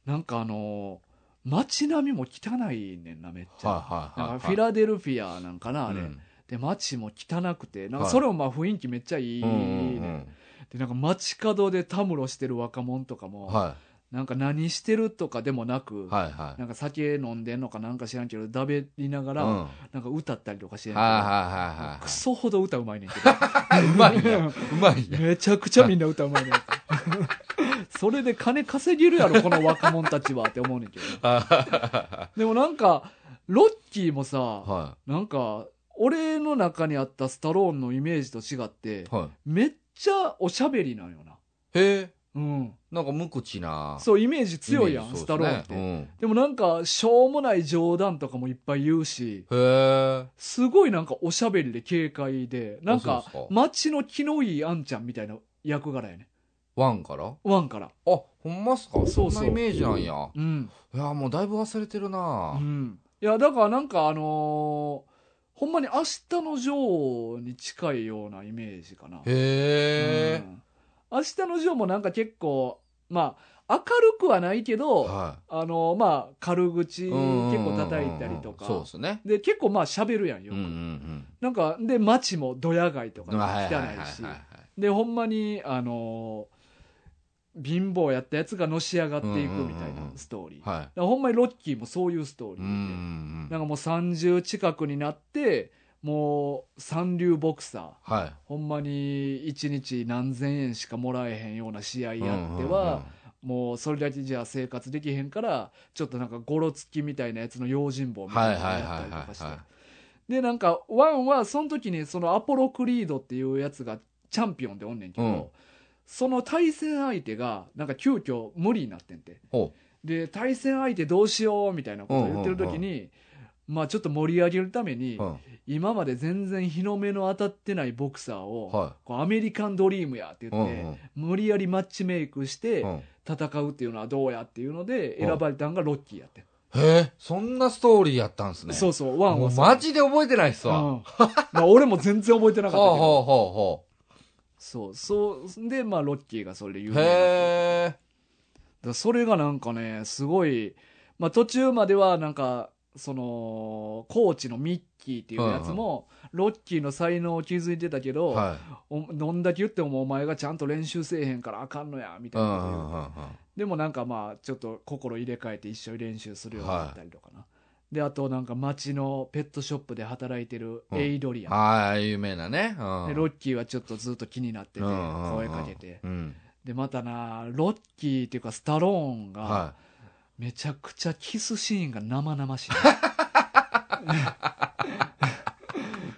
S1: なんかあの、街並みも汚いねんな、めっちゃ。
S2: はいはいはい
S1: な
S2: は
S1: ん
S2: い。
S1: かフィラデルフィアなんかな、あれ。
S2: うん
S1: で、街も汚くて、なんか
S2: はい
S1: それもまあ雰囲気めっちゃいい、ね
S2: うんうん
S1: で、なんか街角でたむろしてる若者とか
S2: うん。
S1: も、
S2: は
S1: なんか何してるとかでもなく、
S2: い。はいはい。
S1: なんか酒飲んでんのかなんか知らんけど、だべりながら、
S2: うんはい
S1: なんか歌ったりとかしてん
S2: はい
S1: けど
S2: はいはい。
S1: クソほど歌うまいねんけ
S2: うまいや。うまい
S1: ど。
S2: や。
S1: めちゃくちゃみんな歌うまいねん。 それで金稼げるやろ、この若者たちはって思うねん けど。
S2: は
S1: でもなんか、ロッキーもさ、
S2: い。
S1: なんか、俺の中にあったスタローンのイメージと違って、
S2: は
S1: めっちゃおしゃべりなんよな。
S2: い。へえ。
S1: うん。
S2: なんか無口な。
S1: そう、イメージ強いやん、
S2: イメジ
S1: ス
S2: そ
S1: タ
S2: う
S1: ロ
S2: です
S1: ーン
S2: ね
S1: って。
S2: うん
S1: でもなんか、しょうもない冗談とかもいっぱい言うし、
S2: へえ。
S1: すごいなんかおしゃべりで軽快で、なん
S2: あ
S1: か
S2: そうです、か
S1: 街の気のいいあんちゃんみたいな役柄やね。
S2: ワンからあ、
S1: ワンから。
S2: ほんまっすか
S1: うそう
S2: そんなイメージなんや。
S1: うん。
S2: いや、もうだいぶ忘れてる
S1: う
S2: な、
S1: ん。いや、だからなんかあのーほんまに明日の女王に近いようなイメージかな。
S2: へえ
S1: う。ん明日のジョーもなんか結構ま明るくはないけど、
S2: は
S1: あの、まあ、軽口
S2: い
S1: 結
S2: うん
S1: 構叩いたりとか。
S2: そうですね
S1: で、結構まあ喋るやんよ
S2: う
S1: く。
S2: んうん
S1: なんか、で、街もドヤ街と
S2: うんは
S1: か
S2: い
S1: ね
S2: はいはい
S1: 汚
S2: はい
S1: いし。
S2: はい
S1: で、ほんまに、あのー貧乏やったやつがのし上がっていくみたい
S2: うんうん
S1: な
S2: うん
S1: ストーリー。だか
S2: はい
S1: らほんまにロッキーもそういうストーリ
S2: うん
S1: ー
S2: う
S1: で。なん
S2: んうん
S1: かもう30近くになって、もう三流ボクサー。
S2: はい
S1: ほんまに1日何千円しかもらえへんような試合やっては、もうそれだけじゃ生活できへんからちょっとなんかゴロつきみたいなやつの用心棒みたいなのやったりとかして
S2: はいはいはいはいは
S1: でなんかワンはその時にそのアポロクリードっていうやつがチャンピオンでおんねんけど、
S2: うん
S1: その対戦相手がなんか急遽無理になってんて
S2: ほ
S1: で対戦相手どうしようみたいなことを言ってる時に、まあちょっと盛り上げるために、
S2: ううん
S1: 今まで全然日の目の当たってないボクサーを、
S2: は
S1: こうアメリカンドリームやって
S2: い
S1: 言って、無理やりマッチメイクして
S2: うんうん
S1: 戦うっていうのはどうやっていうので選ばれたんがロッキーやってん、
S2: へえそんなストーリーやったんすね
S1: そうそうワン
S2: も
S1: は
S2: う
S1: そう
S2: マジで覚えてないっす
S1: うん
S2: わ、ほう
S1: まあ、俺も全然覚えてなかった
S2: ほ
S1: けど
S2: うほ
S1: そうそうでまあロッキーがそれで有
S2: う
S1: 名
S2: ほ
S1: にな
S2: う
S1: って
S2: へえ
S1: だからそれがなんかねすごい、まあ、途中まではなんかそのコーチのミッキーっていうやつも、ロッキーの才能を築いてたけど、
S2: はい
S1: おどんだけ言ってもお前がちゃんと練習せえへんからあかんのやみた
S2: う
S1: い
S2: ん
S1: な
S2: う
S1: こと言うて
S2: んうんうん
S1: でもなんかまあちょっと心入れ替えて一緒に練習するようになったりとかな、であとなんか街のペットショップで働いてるエイドリアン、
S2: はい、有名なね。うん
S1: でロッキーはちょっとずっと気になってて
S2: うん
S1: 声かけて
S2: うん。
S1: でまたなロッキーっていうかスタローンが
S2: は
S1: めちゃくちゃキスシーンが生々しい、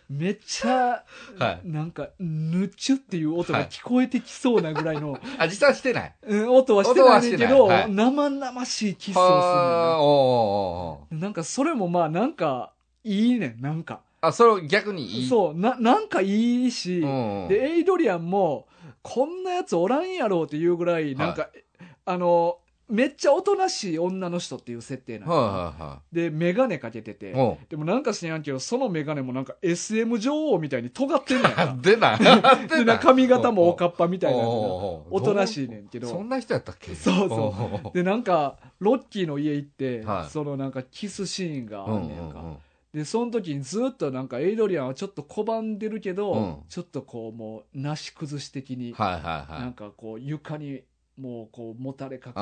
S1: めっちゃ
S2: い。はい。
S1: なんかぬちゅっていう音が聞こえてきそうなぐらいの、
S2: 味さしてない。
S1: うん音はしてないねんけど、
S2: 音はしてないはい
S1: 生々しいキスをするのよ
S2: はあ、おうおうおうおう
S1: なんかそれもまあなんかいいねん、なんか。
S2: あ、それ逆にいい。
S1: そう、な、なんかいいし、
S2: うんうん。
S1: で、エイドリアンも、こんなやつおらんやろうっていうぐらい、なんか、あの、めっちゃおとなしい女の人っていう設定なの、
S2: はいは
S1: で、メガネかけて
S2: い
S1: て、
S2: はい。おう
S1: でもなんか知らんけど、そのメガネもなんか SM 女王みたいに尖ってんねん
S2: あ
S1: か。
S2: 出ない。 出
S1: でな髪型もおか
S2: っ
S1: っぱみたいなのがおとなしい
S2: ね
S1: ねんけど。
S2: そんな人やったっけ
S1: そうそう
S2: そ
S1: でなんかロッキーの家行って、
S2: はい
S1: そのなんかキスシーンがあ
S2: うんん
S1: ね
S2: うんん
S1: か、
S2: うん。
S1: でその時にずっとなんかエイドリアンはちょっと拒んでるけど、
S2: うん
S1: ちょっとこうもうなし崩し的に、
S2: はいはいはい
S1: なん。かこう床にもうこうもたれか
S2: あ
S1: か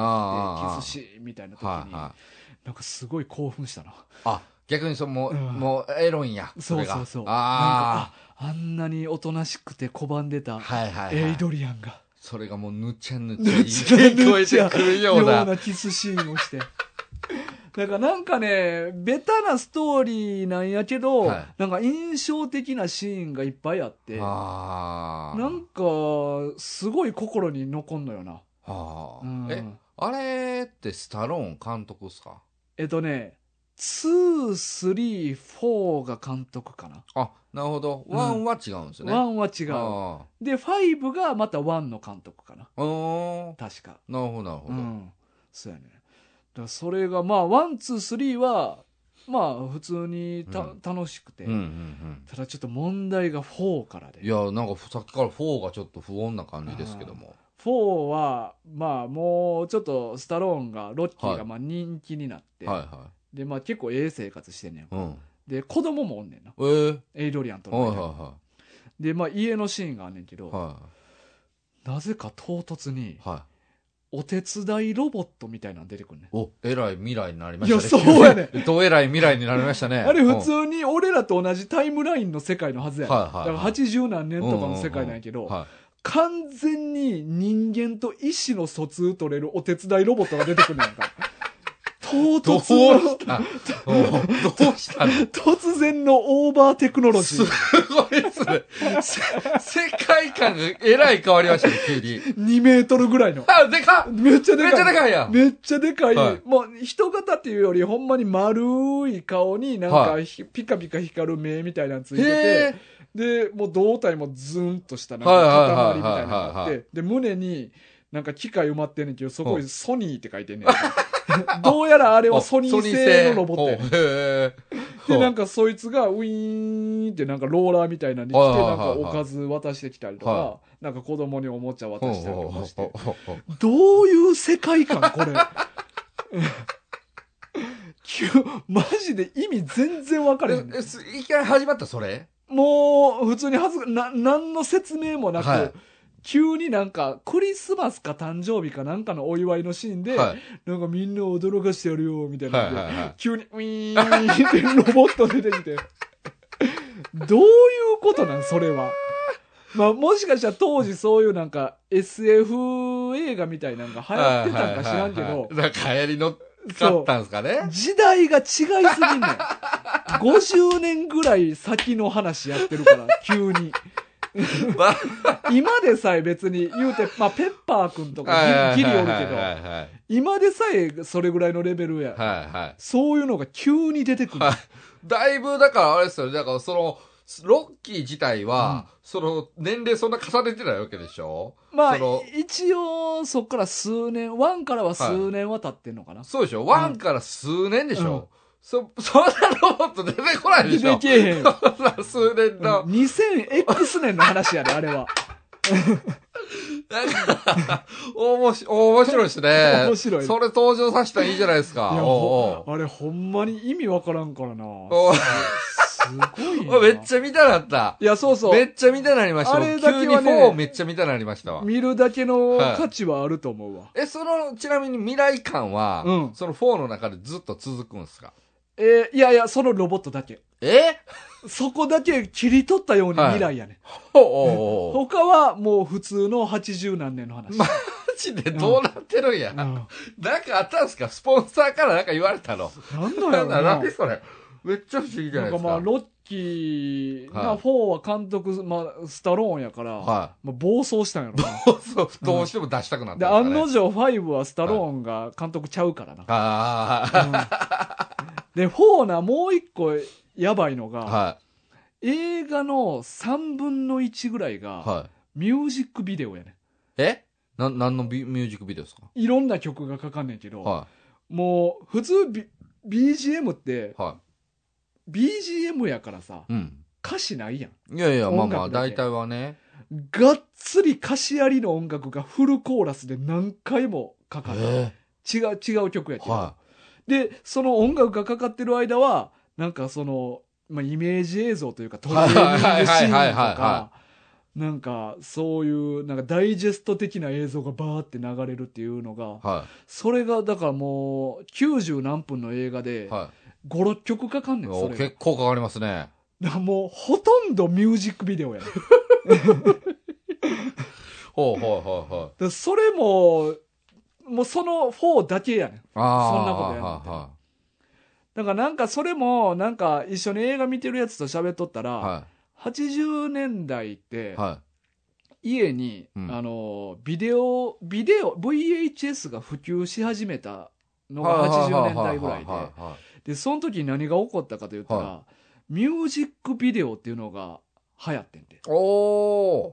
S1: っ
S2: あ
S1: てキスシーンみたいな時に、
S2: はいはい。
S1: なんかすごい興奮したな
S2: あ、逆にそう、もう、
S1: うん
S2: もう、エロいんや。
S1: そう
S2: れが
S1: そうそうな
S2: あ
S1: んかああんなにおとなしくて拒んで
S2: あ。
S1: た
S2: はいはいはい。
S1: エイドリアンが、
S2: それがもう、ぬちゃぬちゃ
S1: ぬちゃぬちゃ
S2: 聞こえてくるよう
S1: よう
S2: な。
S1: なキスシーンをして。 だからなんかね、ベタなストーリーなんやけど、
S2: はい
S1: なんか印象的なシーンがいっぱいあって、
S2: ああ。
S1: なんか、すごい心に残んのよな。
S2: ああ、
S1: うん
S2: え、あれってスタローン監督っすか
S1: えっとね、2、3、4が監督かな。
S2: あ、なるほど。
S1: うん
S2: ワンは違うんですよね。
S1: 1は違う。
S2: あ
S1: で、5がまた1の監督かな。
S2: あ。うーん。
S1: 確か。
S2: なるほど、なるほ
S1: う
S2: ど。
S1: ん。そうやね。だからそれが、まあ、1、2、3は、まあ、普通にた、
S2: うん
S1: 楽しくて、
S2: うん、うん、うん。
S1: ただちょっと問題が4からで
S2: い。や、なんかさっきから4がちょっと不穏な感じですけども。
S1: 4は、まあ、もうちょっとスタローンが、ロッキーがまあ人気になって、
S2: はいは
S1: で、まあ結構ええ生活してんねん
S2: い。。うん。
S1: で、子供もおんねんな。
S2: えー、
S1: エイドリアンとの
S2: はい
S1: 間
S2: はい
S1: に
S2: は
S1: で、まあ家のシーンがあんねんけど、
S2: い。は
S1: なぜか唐突に
S2: い。、は
S1: お手伝いロボットみたいなの出てくんねん
S2: い。。お、えらい未来になりましたね。
S1: いやそうやね
S2: どうえらい未来になりましたね。
S1: あれ
S2: うん
S1: 普通に俺らと同じタイムラインの世界のはずやねん。
S2: はいはいはい
S1: だから80何年とかの世界なんやけど、
S2: は
S1: 完全に人間と意思の疎通取れるお手伝いロボットが出てくるんねん か。唐
S2: い。どう
S1: 突の
S2: し、たうんどうしたの
S1: 突然のオーバーテクノロジ
S2: す
S1: ー
S2: ご。いっすね。せ世界観がえらい変わりましたね、急に。
S1: 2メートルぐらいの。
S2: あ、でかっ
S1: めっちゃでかい。
S2: めっちゃでかいやん
S1: めっちゃでかい。
S2: はい
S1: もう、人型っていうより、ほんまに丸い顔に、なんか、
S2: は
S1: ひピカピカ光る目みたいなのついて
S2: へ
S1: て
S2: え、
S1: で、もう胴体もズンとした、なんか、塊みたいなのがあ
S2: はいはいはい
S1: っ
S2: はいは
S1: て、で、胸に、なんか機械埋まってんねんけど、そこに ソニーって書いてんねん。どうやらあれはソニー製のロボットやねん
S2: トへ
S1: で、なんかそいつがウィーンってなんかローラーみたいなんで来て、
S2: はいは
S1: ないん
S2: はい
S1: か
S2: は
S1: お
S2: い
S1: かず渡してきたりと
S2: は
S1: か、なんか子供におもちゃ渡したりとかして。
S2: ほ
S1: どういう世界観これ。 きゅマジで意味全然わか
S2: う
S1: れへ
S2: ほ
S1: ん
S2: う。えすいきなり始まったそれ
S1: もう、普通に恥ずか、な、何の説明もなく、
S2: はい
S1: 急になんか、クリスマスか誕生日かなんかのお祝いのシーンで、
S2: はい
S1: なんかみんな驚かしてやるよ、みたいな
S2: は
S1: いんで、
S2: はいはい
S1: 急に、ウィーンってロボット出てきて。 どういうことなん、それは。まあ、もしかしたら当時そういうなんか SF 映画みたいなんが流行ってたんか知らんけ
S2: はいはいはい
S1: ど
S2: は、いなんか流行りのか
S1: そ
S2: っ
S1: う。
S2: たんですかね
S1: 時代が違いすぎんねん。50年ぐらい先の話やってるから、急に。
S2: まあ
S1: 今でさえ別に言うて、まあ、ペッパーくんとかギリギリおるけど
S2: は、いはい
S1: 今でさえそれぐらいのレベルや。
S2: はいはい
S1: そういうのが急に出てくる
S2: は。いだいぶ、だからあれですよね。だからその、ロッキー自体は、その、年齢そんな重ねてないわけでしょ
S1: まあ
S2: その、
S1: 一応、そっから数年、1からは数年は経ってんのかな。
S2: そうでしょワンから数年でしょ、そ、そんなロボット出てこないで
S1: 出
S2: しょ
S1: てけえへんよ。
S2: そんな数年の。
S1: 2000X 年の話やで、あれは。
S2: なんか、おもし、面白いですね。
S1: 面白い
S2: それ登場させたらいいじゃないですか。
S1: いや
S2: おう
S1: あれ、ほんまに意味わからんからな。
S2: おう
S1: すごい
S2: おう
S1: な。
S2: めっちゃ見たなった。
S1: いや、そうそう
S2: め。っちゃ見たなりました。
S1: あれだけはね
S2: 急に4めっちゃ見たなりましたわ。
S1: 見るだけの価値はあると思うわ。
S2: え、その、ちなみに未来感は、
S1: うん
S2: その4の中でずっと続くんですか
S1: えーいやいや、そのロボットだけ。
S2: え
S1: そこだけ切り取ったように
S2: はい
S1: 未来やね。
S2: おお お
S1: 他はもう普通の80何年の話。
S2: マジで どうなってるんや。
S1: うん
S2: なんかあったんすかスポンサーからなんか言われたの。
S1: なんだ
S2: な
S1: よ
S2: んだ、
S1: な
S2: 何。それ。めっちゃ不思議じ
S1: な
S2: ゃない
S1: ん
S2: で
S1: か
S2: す
S1: まあ、
S2: か。
S1: ロッキー
S2: は
S1: な、
S2: い
S1: フォーは監督、まあ、スタローンやから、
S2: は
S1: まあ、暴走したん やろな。
S2: い。そう、どうしても出したくなっ
S1: で、
S2: たん
S1: 案
S2: すかね
S1: の定5はスタローンが監督ちゃうから な。
S2: あ
S1: うんで、フォーな、もう一個やばいのが、
S2: あ、は
S1: 映画の3分の1ぐらい
S2: い。
S1: が、
S2: はい。
S1: ミュージックビデオやね。
S2: えな、何のビミュージックビデオですか
S1: いろんな曲がかかんねんけど、
S2: は
S1: もう普通、B、BGM って
S2: い。は
S1: BGM やからさ
S2: い。うん。
S1: 歌詞ないやん
S2: いやいや、まあまあ、
S1: 音楽だけ
S2: 大体はね。
S1: がっつり歌詞ありの音楽がフルコーラスで何回もかかる、
S2: え
S1: 違う違う曲やけ
S2: ー
S1: ど、
S2: は
S1: でその音楽がかかってる間はなんかその、まあ、イメージ映像というかトレーニングシーン
S2: はいはいはい
S1: と
S2: はいは
S1: かなんかそういうなんかダイジェスト的な映像がバーって流れるっていうのが
S2: い。は
S1: それがだからもう90何分の映画
S2: い。
S1: で
S2: は
S1: 56曲かかん
S2: い。
S1: ねん
S2: お
S1: それが
S2: 結構かかりますね。
S1: だからもうほとんどミュージックビデオやねだか
S2: ほうほうほうほう。
S1: らそれももうその4だけやねん
S2: ああ。
S1: そんなことやん
S2: はいはいはい。
S1: だからなんかそれもなんか一緒に映画見てるやつと喋っとったら、
S2: は
S1: 80年代っ
S2: い。
S1: て
S2: は
S1: 家に、
S2: うん
S1: あのビデオビデオ VHS が普及し始めた
S2: い。
S1: のが80年代ぐらい
S2: はは
S1: で
S2: はは
S1: でその時に何が起こったかといったら、
S2: は
S1: ミュージックビデオっていうのが流行ってんで
S2: い。おー。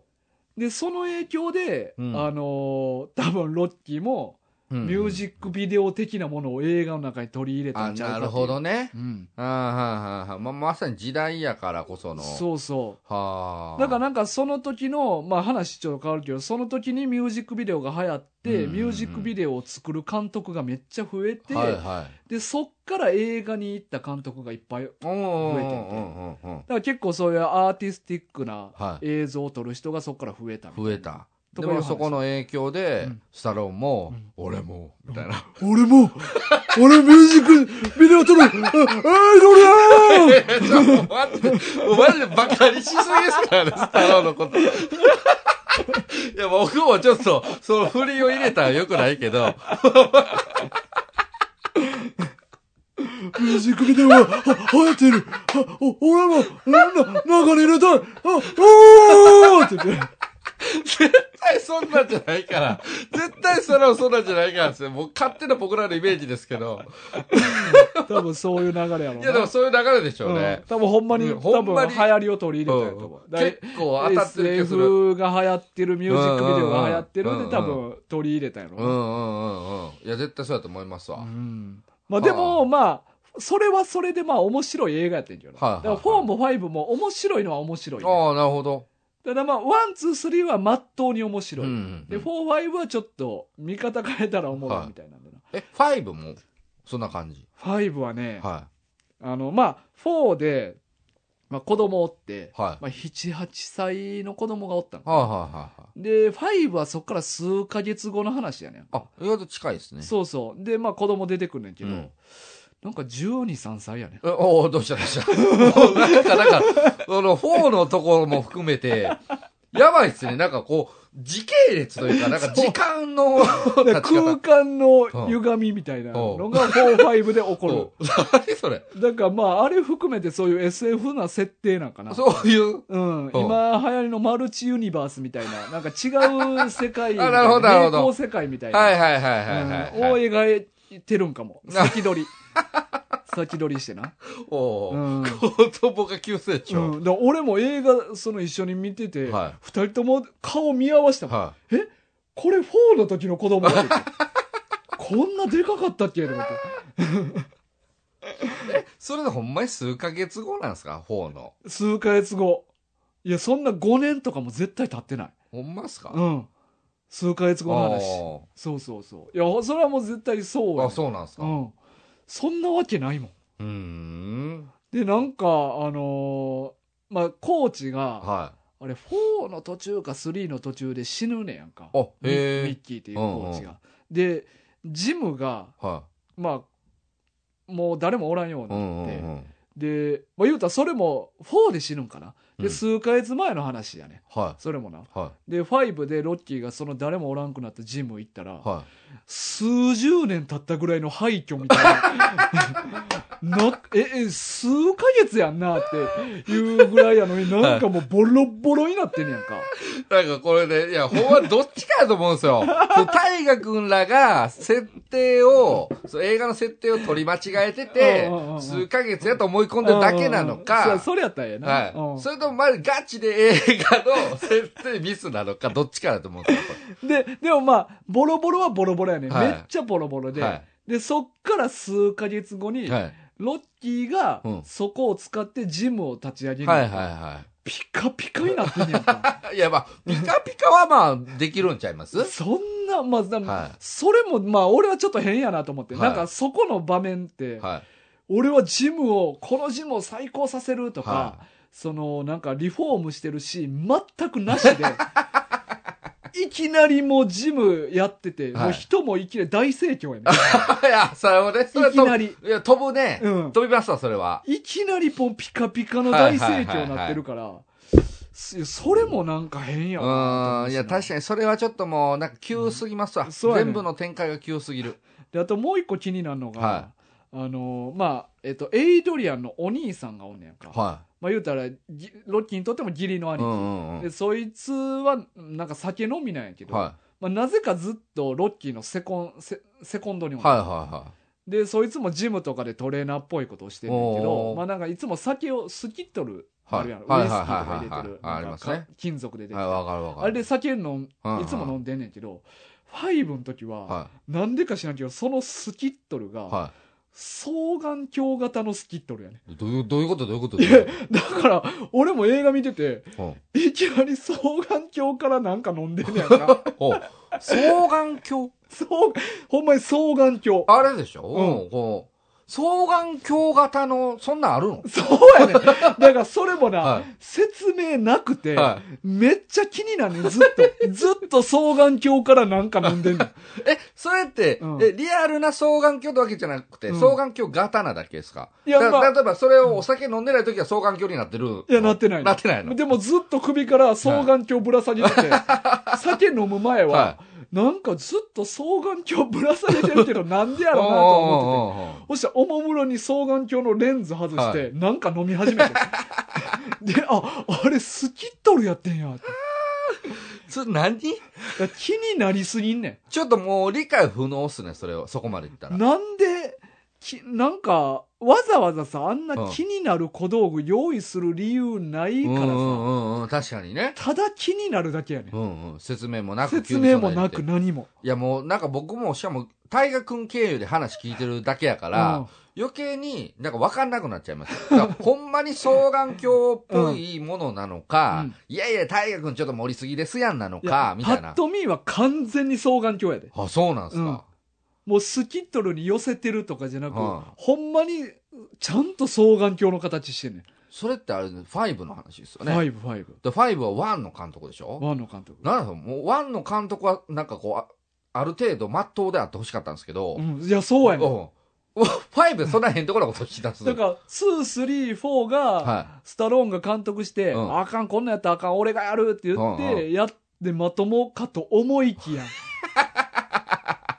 S1: でその影響で、
S2: うん
S1: あの多分ロッキーも
S2: ミ
S1: ミュージックビデオ的なものを映画の中に取り入れた
S2: あ、
S1: んちゃうか
S2: な
S1: ってい
S2: る
S1: う
S2: ほどね。
S1: うん、
S2: あーはいはいはい。ま、まさに時代やからこその。う。
S1: そうそう
S2: はあ。
S1: だからなんかその時の、まあ話ちょっと変わるけど、その時にミュージックビデオが流行って、
S2: うん
S1: ミュージックビデオを作る監督がめっちゃ増えて、
S2: はいはい。
S1: で、そっから映画に行った監督がいっぱい。だか
S2: うんうん
S1: 増えてって
S2: うんうんうん。
S1: ら結構そういうアーティスティックな
S2: はい。
S1: 映像を撮る人がそっから増えたみたいな
S2: 増え。た。
S1: と
S2: で
S1: かいう話
S2: もそこの影響で
S1: うん、
S2: スタローンも
S1: うん、
S2: 俺も、みたいな。
S1: 俺も、俺ミュージックビデオ撮る、あアイドルやー
S2: え、ちょ、もう待って、もうマジでバカにしすぎですからね、スタローン のこと。いや、僕もちょっと、その振りを入れたら良くないけど、
S1: ミュージックビデオが、は、流行っている。は、お、俺も、な、中に入れたい。あ、おーって言って。
S2: 絶対そんなんじゃないから。絶対それはそんなんじゃないからですよ。もう勝手な僕らのイメージですけど。
S1: 多分そういう流れやろうな。
S2: いやでもそういう流れでしょう
S1: うん
S2: ね。
S1: 多分ほんまに、
S2: うんほ
S1: 多
S2: ん
S1: 分
S2: まに
S1: 流行りを取り入れたんやと思う。
S2: うん
S1: だい
S2: 結構当たってる気がする。
S1: SF が流行ってる、ミュージックビデオが流行ってる
S2: うんうん
S1: で、
S2: う
S1: 多
S2: ん
S1: 分取り入れたんやろ
S2: うんうんうんうん。いや、絶対そうだと思います
S1: うな。
S2: わ
S1: う。んまあでも、まあ、それはそれでまあ面白い映画やってんけどな。
S2: はいはいはい
S1: だから4も5も面白いのは面白いね、
S2: ああ、なるほど。
S1: ただまあ、1,2,3はまっとうに面白い。
S2: うん
S1: で、4、5はちょっと見方変えたらおもろいみたいなんだな。
S2: え、ファイブもそんな感じ。
S1: 5はね、
S2: は
S1: あの、まあ、4で、まあ子供おって
S2: い。、はい。
S1: まあ、7、8歳の子供がおったの。
S2: はいはいはいはい。
S1: で、5はそっから数ヶ月後の話やねん。
S2: あ、意外と近いですね。
S1: そうそう。で、まあ子供出てくんねんけど、
S2: うん
S1: なんか12、3歳やねん。
S2: えおおどうしたどうしたもうなんか、なんか、その、4のところも含 めて、やばいっすね。なんかこう、時系列というか、なんか時間 の立ち
S1: 空
S2: 方。
S1: 間の歪みみたいなのが4、5で起こる。
S2: 何それ
S1: だからまあ、あれ含めてそういう SF な設定なんかな。
S2: そういう。
S1: うん、
S2: うん
S1: 今流行りのマルチユニバースみたいな、なんか違う世界
S2: あなるほどなるほど
S1: 平行世界みたいな、
S2: はいはいはいはい
S1: うん
S2: はい
S1: を
S2: はい。
S1: 描いてるん かも。
S2: な
S1: 先取り。先取りしてな。
S2: お
S1: う
S2: お
S1: ん。うん
S2: 言葉が急成
S1: だ
S2: 長。
S1: から俺も映画、その一緒に見てて、二、
S2: は
S1: 人とも顔見合わせたもん。
S2: は
S1: これ4の時の子供って言ってこんなでかかったっけと思って。
S2: い。それでほんまに数ヶ月後なんですか ?4 の。
S1: 数ヶ月後。いや、そんな5年とかも絶対経ってない。
S2: ほんまっすか
S1: うん。数ヶ月後の話。
S2: お
S1: そうそうそう。いや、それはもう絶対そう
S2: ー
S1: や
S2: あ、そうなんですか
S1: う。ん。そんなわけないもん。
S2: うーん。
S1: で、なんか、あのーまあ、コーチが、
S2: は
S1: あれ、4の途中か3の途中で死ぬねやんか。
S2: い。あ、
S1: ミミ
S2: へ
S1: ッキーっていうコーチが。で、ジムが、
S2: え。は
S1: まあ、もう誰もおらんように
S2: い。うん
S1: な
S2: う
S1: って、
S2: んうん。
S1: で、まあ、言うたらそれも4で死ぬんかな。で、
S2: うん
S1: 数ヶ月前の話やね。
S2: は
S1: それもな。
S2: い。はい。
S1: で、5でロッキーがその誰もおらんくなったジム行ったら、
S2: は
S1: 数十年経ったぐらいの廃墟みたいな。 なえ、え、数ヶ月やんなっていうぐらいやのに、なんかもうボロボロになってんねやん か。
S2: い。なんかこれで、いや、ほんまどっちかやと思うんで すよ。そう大河君らが設定を、そう映画の設定を取り間違えてて
S1: うんうんうんう、ん
S2: 数ヶ月やと思い込んでるだけなの
S1: うん
S2: か
S1: そ、それやったらええな。
S2: はい。それとも、まずガチで映画の設定ミスなのか、どっちかだと思うんですよ。こ
S1: うんで、でもまあ、ボロボロはボロボロやねん。
S2: はい
S1: めっちゃボロボロで、
S2: れは
S1: で、そっから数ヶ月後に、
S2: い。はい。
S1: ロッキーが
S2: うん
S1: そこを使ってジムを立ち上げる、
S2: はいはいは
S1: ピカピカになってんねやんか。
S2: い。いや、まあ、ピカピカはまあ、できるんちゃいます
S1: そんな、まあ、な
S2: はい
S1: それも、まあ、俺はちょっと変やなと思って、
S2: はい
S1: なんかそこの場面って、
S2: は
S1: 俺はジムを、このジムを再興させる
S2: い。
S1: とか、
S2: は
S1: その、なんかリフォームしてるし、全くなし で、いきなりもうジムやってて、
S2: はい
S1: もう人もいきなり大盛況やね。
S2: い。いや、それはね、それはい
S1: きな
S2: 飛
S1: り、
S2: ぶ、いや、飛ぶね。
S1: うん
S2: 飛びました、それは。
S1: いきなりもうピカピカの大盛況になってるから、そそれもなんか変や
S2: う
S1: なと思
S2: ー、
S1: うんし
S2: いや、確かにそれはちょっともう、なんか急すぎますわ。
S1: うんそうやね
S2: 全部の展開が急すぎる。
S1: であともう一個気になるのが、
S2: は
S1: あのーまあえっとエイドリアンのお兄さんがおんねやんか、
S2: は
S1: まあ言うたらぎロッキーにとっても義理の兄
S2: い。
S1: 貴、
S2: うんうんう
S1: で
S2: ん。
S1: そいつはなんか酒飲みなんやけど、
S2: は
S1: まあ、なぜかずっとロッキーのセコンセセコンドに
S2: い。
S1: おんねん
S2: はいは
S1: でそいつもジムとかでトレーナーっぽいことをしてんねんけど
S2: おー
S1: まあなんかいつも酒をスキットルあるやん、
S2: はい
S1: ウイスキーとか入れてる
S2: はいはいはいはいはい
S1: なんか
S2: あります
S1: 金属で
S2: い
S1: 出
S2: はい。
S1: て
S2: はい、
S1: る、
S2: わかるわかる。
S1: あれで酒飲ん
S2: うんうん
S1: いつも飲んでんねんけど、ファイブの時は、
S2: は
S1: なんでか知らんけど、そのスキットル
S2: い。
S1: が、
S2: は
S1: 双眼鏡型のスキットルやね。
S2: い。どういう、どういうことどういうことどういうこ
S1: だから、俺も映画見てて、
S2: とうん
S1: いきなり双眼鏡からなんか飲んでんねやん か。
S2: お双眼鏡
S1: そう、ほんまに双眼鏡。
S2: あれでしょ
S1: う
S2: うん。こう、双眼鏡型の、そんなんあるの
S1: そうやねん。だからそれもな、
S2: は
S1: 説明なくて、
S2: い。は
S1: めっちゃ気になるねんず っと。ずっと双眼鏡からなんか飲んでんねん。
S2: い。え、それって
S1: う、ん
S2: え、リアルな双眼鏡ってわけじゃなくて、
S1: うん
S2: 双眼鏡型なだけですか
S1: いや
S2: だ
S1: まあ
S2: 例えば、それをお酒飲んでない時は双眼鏡になってる
S1: いや、なってないの
S2: なってないの
S1: でもずっと首から双眼鏡ぶら下げてて、酒飲む前は、
S2: は
S1: なんかずっと双眼鏡ぶら下げてる けど、なんでや
S2: い。
S1: ろうなと思ってて。
S2: おーおーおーおー
S1: そしたら、おもむろに双眼鏡のレンズ外して、
S2: は
S1: なんか飲み始 めて。で、あ、あれ、スキットルやってん や。って
S2: それ何
S1: だから気になりすぎんね
S2: ちょっともう理解不能っすね、それを。そこまで言ったら
S1: ん。。なんで、きなんか、わざわざさ、あんな気になる小道具用意する理由ないから
S2: う
S1: さ、
S2: んうんうん、確かにね。
S1: ただ気になるだけやねん
S2: う。んうん、説明もなく
S1: 説明もな
S2: 急
S1: く
S2: に備えて
S1: 何も。
S2: いやもうなんか僕もしかも大河君経由で話聞いてるだけやから、余計になんか分かんなくなっちゃいます。だからほんまに双眼鏡っぽいものなのか、
S1: うん
S2: いやいや、大河君ちょっと盛りすぎですやんなの
S1: い
S2: か
S1: や、
S2: み
S1: パ
S2: たい
S1: ッ
S2: な。
S1: と見は完全に双眼鏡やで。
S2: あ、そうなんですか。
S1: もうスキットルに寄せてるとかじゃなく、
S2: うん
S1: ほんまにちゃんと双眼鏡の形してんねん。
S2: それってあれ、5の話ですよ
S1: フ
S2: ね。
S1: ァイブ、ファイブ。
S2: で5は1の監督でしょ
S1: ワンの監督。
S2: なんだろうもう1の監督は、なんかこうあ、ある程度真っ当であってほしかったんですけど、
S1: うん、いや、そうやねん。
S2: うん。5でそんなへんところのこと引き出す。
S1: だから、2、3、4が、
S2: は
S1: スタローンが監督して、
S2: うん
S1: あかん、こんなんやったらあかん、俺がやるって言って、
S2: うんう
S1: やってまともかと思いきや。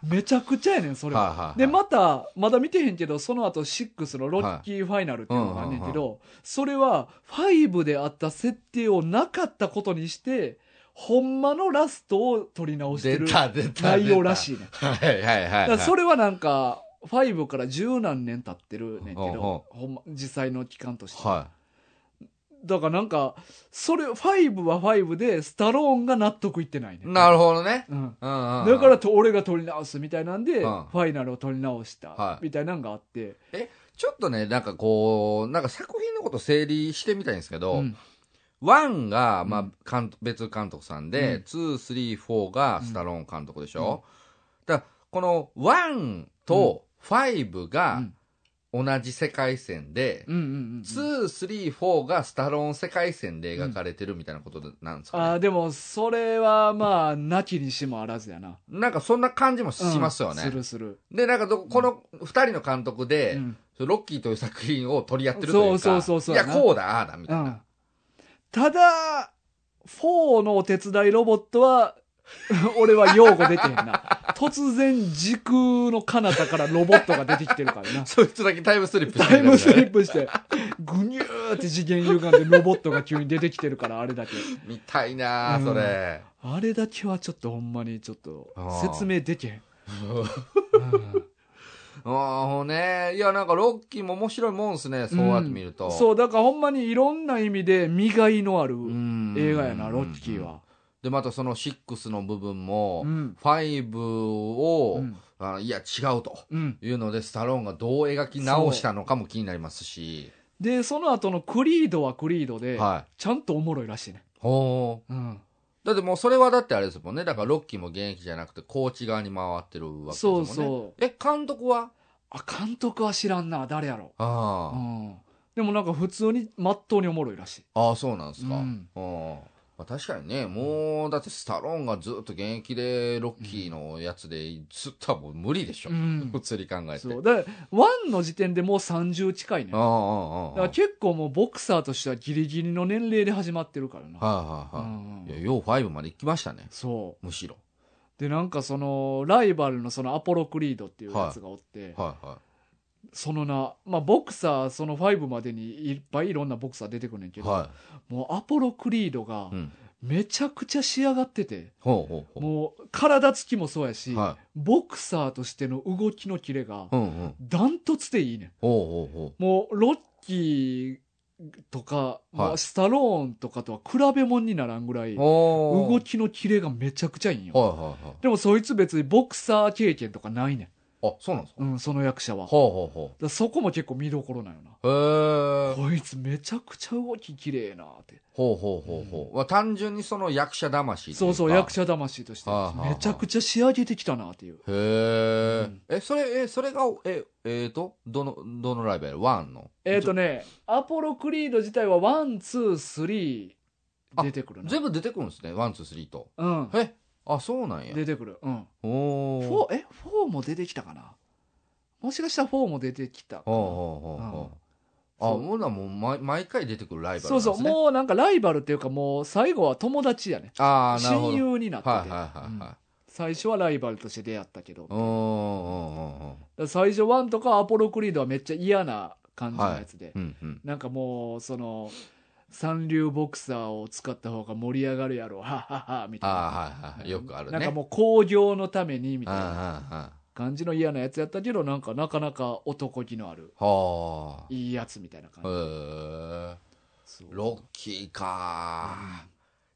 S1: めちゃくちゃやねん、そ
S2: い。
S1: れ。
S2: はいはい。
S1: で、また、まだ見てへんけど、その後6のロッキーファイナルっていうのがあんねんけど、それは5であった設定をなかったことにして、ほんまのラストを取り直して
S2: 出
S1: る
S2: た、出た。
S1: 内容ら
S2: い。
S1: しいねん。
S2: はいはいはい
S1: だか
S2: はい。
S1: らそれはなんか、5から十何年経ってるねんけ
S2: うんうん
S1: ど、ほんま、実際の期間として。
S2: は
S1: だからなんか、それ、5は5で、スタローンが納得いってないね
S2: い。な
S1: る
S2: るほどね。
S1: うん。
S2: うんうん。
S1: だからと、俺が取り直すみたいなんで、フ
S2: うん
S1: ァイナルを取り直し
S2: は
S1: た、
S2: い
S1: みたいなんがあって。
S2: ちょっとね、なんかこう、なんか作品のこと整理してみたいんですけ
S1: う
S2: ど、
S1: ん
S2: ワン1が、
S1: うん
S2: まあ監督、別監督さん
S1: うん
S2: で、ツーツー、スリー、4がスタローン監督でしょ、だから、この1と5
S1: う
S2: が
S1: ん
S2: 同じ世界線で、
S1: うんうんうん
S2: ツ
S1: うん。
S2: ーツー、スリー、4がスタローン世界線で描かれてるみたいなことなんです
S1: あ
S2: か
S1: あ、
S2: ね。
S1: でも、それはまあ、なきにしもあらずやな。
S2: なんかそんな感じもしますよね。
S1: うんするする。
S2: で、なんかど、この2人の監督で、
S1: うん
S2: そのロッキーという作品を取り合ってるというか、
S1: そうそうそうそう
S2: い
S1: や
S2: や、
S1: な
S2: こうだ、ああだ、みたい
S1: うん
S2: な。
S1: ただ、4のお手伝いロボットは、 俺は用語出てへんな。突然時空の彼方からロボットが出てきてるからな。
S2: そいつだけタイムスリップして
S1: タイ
S2: る
S1: ムスリ
S2: み
S1: ップして、ぐにゅーって次元歪んでロボットが急に出てきてるから、あれだけ。
S2: たいな
S1: う
S2: ぁ、
S1: ん
S2: それ。
S1: あれだけはちょっとほんまにちょっと
S2: あー
S1: 説明できへん。
S2: ああ、ね。いや、なんかロッキーも面白いもんですね、そうやって見ると。
S1: うん
S2: う。
S1: そう、だからほんまにいろんな意味で磨いのある
S2: ん
S1: 映画やな、ロッキー。は。
S2: で、またその6の部分も、
S1: うん
S2: 5を、
S1: うん
S2: あのいや、違うと。
S1: うん。
S2: いうので、スタローンがどう描き直したのかも気になりますし。
S1: で、その後のクリードはクリードで、
S2: はい。
S1: ちゃんとおもろいらしいね。
S2: ほう。
S1: うん。
S2: だってもうそれはだってあれですもんね。だからロッキーも現役じゃなくて、コーチ側に回ってるわけです
S1: そ
S2: もん
S1: う
S2: ね。
S1: そう。
S2: え、監督は
S1: あ、監督は知らんな、誰やろ。
S2: あ
S1: う
S2: あ、
S1: ん。でもなんか普通に、まっとうにおもろいらしい。
S2: ああ、そうなんですか。
S1: う
S2: うんん。まあ、確かにね、もう、だってスタローンがずっと現役で、ロッキーのやつで、ずっとはもう無理でしょ。
S1: うん
S2: 普通に考えて。
S1: そう。だから、ワンの時点でもう30近いね。
S2: あ
S1: だ
S2: あ、ああ、
S1: か
S2: ああ。は
S1: ら
S2: い
S1: 結構もうボクサーとしてはギリギリの年齢で始まってるからな。
S2: はいは
S1: うん
S2: い。いや、よう5まで行きましたね。
S1: そ
S2: むしろ。
S1: う。で、なんかその、ライバルのそのアポロクリードっていうやつがおって、
S2: はいは
S1: そのな、まあボクサー、その5までにいっぱいいろんなボクサー出てくるねんけ
S2: い。
S1: ど、
S2: は
S1: もうアポロクリードが
S2: い。うん。
S1: めちゃくちゃ仕上がってて、
S2: ほうほうほ
S1: もう体つきもそうやし、
S2: う。はい。
S1: ボクサーとしての動きのキレが
S2: うんうん。
S1: ダントツでいいね
S2: ほうほうほ
S1: ん。もうロッキーとか、
S2: はい。
S1: もうスタローンとかとは比べ物にならんぐらいう
S2: お
S1: 動きのキレがめちゃくちゃいいんよ。
S2: はいはいはい。
S1: でもそいつ別にボクサー経験とかないね
S2: あ、そうなんですか
S1: ん。うん、その役者は。だか
S2: ほうほうほう。
S1: らそこも結構見どころなんよな。
S2: へー
S1: こいつめちゃくちゃ動き綺麗なって。
S2: ほうほうほうほう。まあ単純にその役者魂とい
S1: そうそう、役
S2: 者。
S1: 者魂として
S2: はあはあはあ
S1: めちゃくちゃ仕上げてきたなっていう。
S2: へえ、
S1: うん
S2: え、それ、え、それが、え、えー、と、どの、どのライバルワンの
S1: えっ、とね、アポロクリード自体はワン、ツー、スリー
S2: あ
S1: 出てくるな。
S2: 全部出てくるんですね。ワン、ツー、スリーと。
S1: うん。
S2: え、あ、そうなんや。
S1: 出てくる。うん。
S2: おー。
S1: フォー、え、フォーも出てきたかなもしかしたらフォーも出てきたかな
S2: ほうほうほうほう。あ、
S1: そう
S2: ほんならもう毎、毎回出てくるライバル
S1: そ
S2: なん
S1: う
S2: です
S1: そ
S2: ね。
S1: う、もうなんかライバルっていうかもう最後は友達やね。
S2: あーなるほ
S1: 親
S2: ど。
S1: 友になってて、
S2: はいはいはい
S1: うん
S2: は
S1: 最初はライバルとして出会ったけど。
S2: い。うん、うん、うん、うん。
S1: だから最初ワンとかアポロクリードはめっちゃ嫌な感じのやつで。
S2: うん、うん。
S1: なんかもう、その、三流ボクサーを使った方が盛り上がるやろ、はっはっは、みたいな。
S2: あーはいはい。よくある
S1: な
S2: ね。
S1: んかもう興行のためにみたいな
S2: あーはいはい。
S1: 感じの嫌なやつやったけどなんかなかなか男気のある
S2: はあ。
S1: いいやつみたいな感
S2: へ
S1: じ、
S2: ー
S1: そう
S2: ロッキーか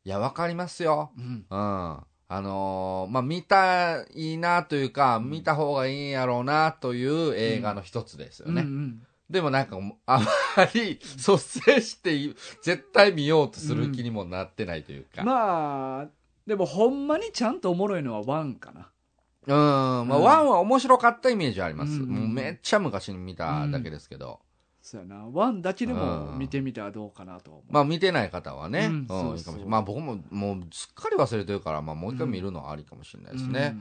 S2: ーいや、わかりますよ。
S1: うん
S2: うん。ああのーまあ、見たいなというか、見た方がいいんやろうなという映画の一つですよね。
S1: うん
S2: でもなんかもう、あまり率先してい、絶対見ようとする気にもなってないという
S1: う
S2: か。
S1: ん、まあでもほんまにちゃんとおもろいのはワンかな
S2: うん、まあ、
S1: うん
S2: ワンは面白かったイメージあります。
S1: うんうん
S2: もうめっちゃ昔に見ただけですけど。
S1: そうやなワンだけでも
S2: うん
S1: 見てみたらどうかなとは思う、
S2: まあ、見てない方はね、
S1: うん
S2: うん
S1: そうそう
S2: いいかもしれないまあ、僕ももうすっかり忘れてるから、まあ、もう一回見るのはありかもしれないですね。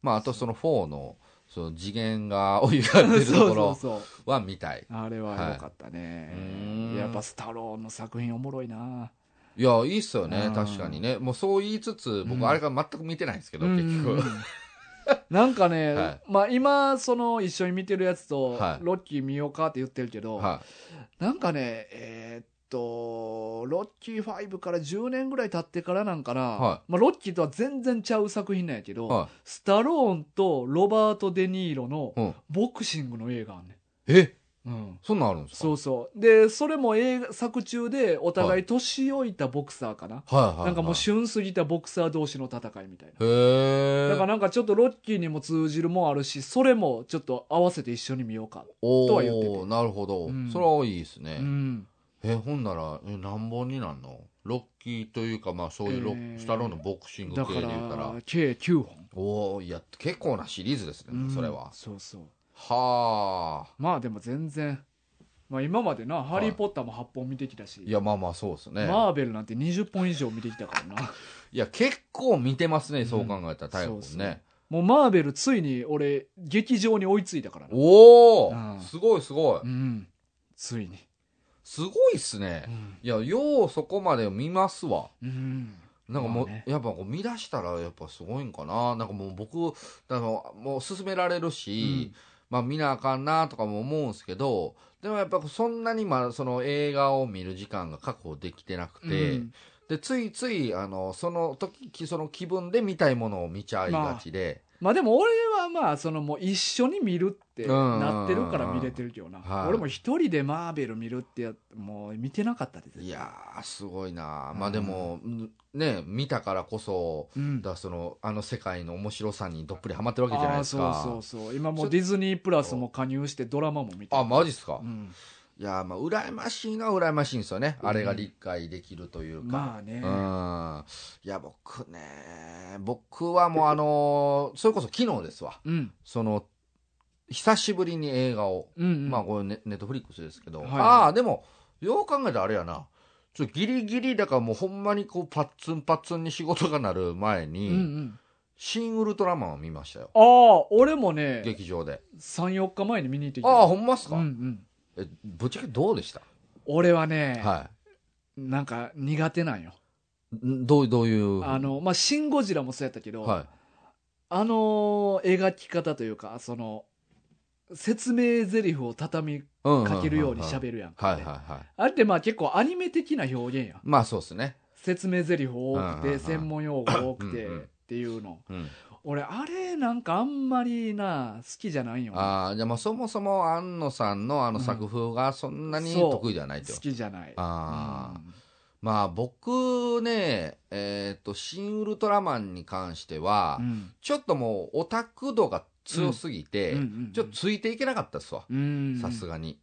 S2: まあ、あとその4の、その次元が追いか
S1: う
S2: れ
S1: ん、
S2: てると
S1: そ
S2: こ
S1: う そう
S2: ろ
S1: そう
S2: は見たい。
S1: あれは良かったね、
S2: はいうーん
S1: やっぱスタローンの作品おもろいない
S2: や、いいっすよ
S1: う
S2: ね
S1: ん。
S2: 確かにね。もうそう言いつつ、
S1: うん
S2: 僕あれから全く見てないんですけど、
S1: うん
S2: 結局。
S1: なんかね、
S2: はい
S1: まあ今その一緒に見てるやつと
S2: は
S1: 「
S2: い
S1: ロッキー見ようか」って言ってるけど、
S2: は
S1: なんかねえーっとロッキー5から10年ぐらい経ってからなんかな、
S2: は
S1: まあ、ロッキーとは全然ちゃう作品なんやけ
S2: い。
S1: ど、
S2: は
S1: スタローンとロバート・デ・ニーロの
S2: い。うん。
S1: ボクシングの映画あんね
S2: え
S1: ん、うん、
S2: そんなんあるんですか
S1: そうそうでそれも映画作中でお互い年老いたボクサーかな、
S2: はいはいはい。
S1: なんかもう旬過ぎたボクサー同士の戦いみたいな。
S2: へえ。
S1: だからなんかちょっとロッキーにも通じるもんあるし、それもちょっと合わせて一緒に見ようか。
S2: お
S1: とは言ってて
S2: おなるほど、
S1: うん
S2: それはいいです
S1: う
S2: ね、
S1: ん。
S2: えほんならえ何本になんのロッキーというかまあそういうロッ、
S1: えー
S2: スタローンのボクシング
S1: だ
S2: 系
S1: か
S2: で言ったら
S1: ら、計9本。
S2: おおいや結構なシリーズですね、
S1: うん
S2: それは
S1: そうそう。
S2: はあ
S1: まあでも全然、まあ今までな、ハリー・ポッターも8本見てきたし、
S2: いやまあまあそうですね、
S1: マーベルなんて20本以上見てきたからな。
S2: いや結構見てますねそう考えたら太陽
S1: そうそ
S2: 君
S1: う
S2: ね、
S1: もうマーベルついに俺、劇場に追いついたからな。
S2: おお、
S1: うん
S2: すごいすごい、
S1: うん。ついに。
S2: すごいっすね、いやようそこまで見ますわ
S1: うん。
S2: なんかもう、
S1: まあね
S2: やっぱこう見出したらやっぱすごいんかななんかもう僕あのもう勧められるし、まあ見なあかんなとかも思うんですけどでもやっぱそんなにまあその映画を見る時間が確保できてなくて、
S1: うん
S2: でついついあのその時その気分で見たいものを見ちゃいがちで、
S1: まあでも俺はまあそのもう一緒に見るってなってるから見れてるけどな、
S2: うんうんうんはい
S1: 俺も一人でマーベル見るってやもう見てなかったです
S2: いやーすごいなまあでも、ね見たからこそ
S1: うん
S2: だからそのあの世界の面白さにどっぷりハマってるわけじゃない
S1: ああ
S2: です
S1: そ
S2: か
S1: うそうそう今もうディズニープラスも加入してドラマも見てる
S2: あマジっすか、
S1: うん
S2: いやーまあ羨ましいのは羨ましいんですよね、
S1: うん
S2: あれが理解できるという
S1: ま
S2: か、
S1: あね、
S2: うんいや僕ね僕はもうあのーそれこそ昨日ですわ
S1: うん、
S2: その久しぶりに映画を、
S1: うんうん
S2: まあこれネネットフリックスですけど、
S1: はいはい
S2: ああでもよう考えたらあれやなちょっとギリギリだからもうほんまにこうパッツンパッツンに仕事がなる前
S1: う
S2: に、
S1: んうん
S2: 新ウルトラマンを見ましたよ
S1: ああ俺もね
S2: 劇場で
S1: 34日前に見に行ってきた
S2: ああほんまっすか、
S1: うんうん、
S2: えぶっちゃけどうでした、
S1: 俺はね、
S2: は
S1: なんか苦手なんよ
S2: いんどうどういう
S1: あのまあ「シン・ゴジラ」もそうやったけど、
S2: はい
S1: あのー描き方というかその説明台詞を畳みかけるように
S2: る。
S1: 喋るやんか、
S2: はいはいはい。
S1: あれってまあ結構アニメ的な表現やん
S2: まあそうですね。
S1: 説明台詞多
S2: うん
S1: く
S2: うんう
S1: て
S2: ん
S1: 専門用語多くて
S2: うんうん
S1: っていうの
S2: うん、
S1: 俺あれなんかあんまりな好きじゃないよな
S2: ああ、じゃあまあそもそも安野さんのあの作風がそんなに
S1: そう
S2: 得意ではないと。
S1: 好きじゃない
S2: ああ、まあ僕ね、えっ、と、新ウルトラマンに関しては、ちょっともうオタク度が強すぎて、ちょっとついていけなかったっすわ。さす
S1: が
S2: がに。